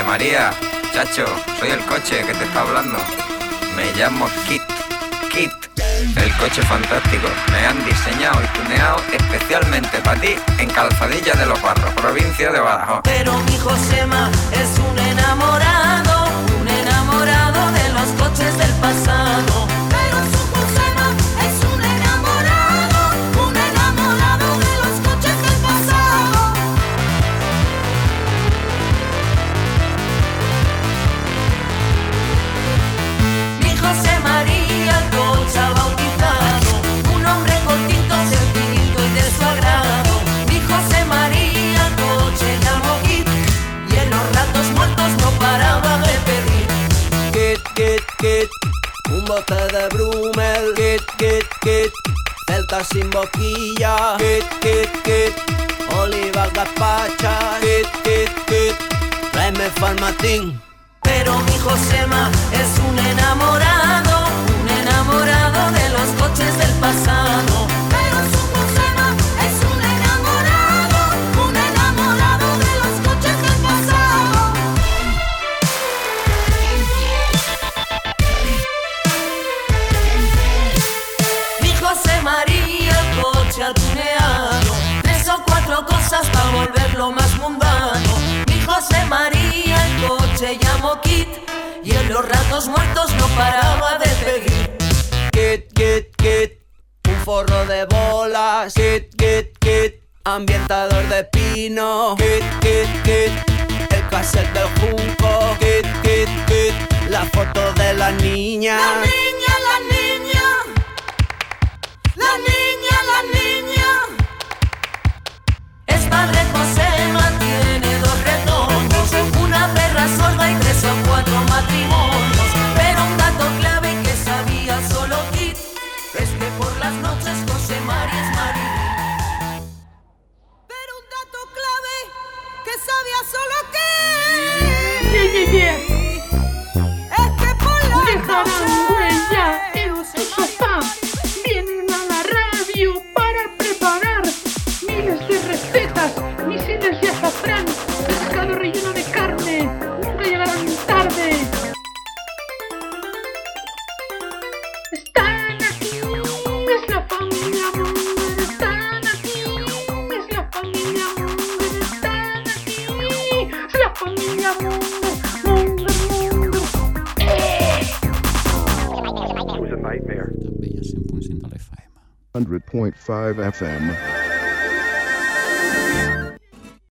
[SPEAKER 21] María, chacho, soy el coche que te está hablando. Me llamo Kit, Kit, el coche fantástico. Me han diseñado y tuneado especialmente para ti en Calzadilla de los Barros, provincia de Badajoz.
[SPEAKER 22] Pero mi Josema es un enamorado, un enamorado de los coches del pasado. Pero su Josema es un enamorado, un enamorado de los coches del pasado. Mi José María Alcocha bautizado, un hombre cortito, servilito y de su agrado. Mi José María Alcoche llamó Kit y en los ratos muertos no paraba de pedir.
[SPEAKER 23] Kit, kit, kit, un bote de Brumel. Kit, kit, kit, celta sin boquilla. Kit, kit, kit, olivas gazpachas. Kit, kit, kit, tráeme farmatín.
[SPEAKER 22] Pero mi Josema es un enamorado, un enamorado de los coches del pasado. Pero su Josema es un enamorado, un enamorado de los coches del pasado. Mi José María, el coche atuneado, tres o cuatro cosas para volverlo más mundano. Mi José María, el coche llamó Kit, y en los ratos muertos no paraba de pedir.
[SPEAKER 23] Kit, kit, kit, un forro de bolas. Kit, kit, kit, ambientador de pino. Kit, kit, kit, el cassette del junco. Kit, kit, kit, la foto de la niña.
[SPEAKER 22] La niña, la niña, la niña, la niña. Es padre Josema, tiene dos retornos, una perra sorda y tres o cuatro matrimonios. Pero un dato clave que sabía solo Kit es que por las noches José María es María. Pero un dato clave que sabía solo Kit. Es que por las
[SPEAKER 5] Dejarán
[SPEAKER 22] noches-
[SPEAKER 5] huella en tu sofá. Vienen a la radio para preparar miles de recetas, misiles de azafrán, pescado relleno de carne. Nunca llegarán tarde. Están aquí, es la familia Munger. Están aquí, es la familia Munger. Están aquí, es la familia Munger. Munger, Munger. ¡Eh!
[SPEAKER 24] 100.5 FM.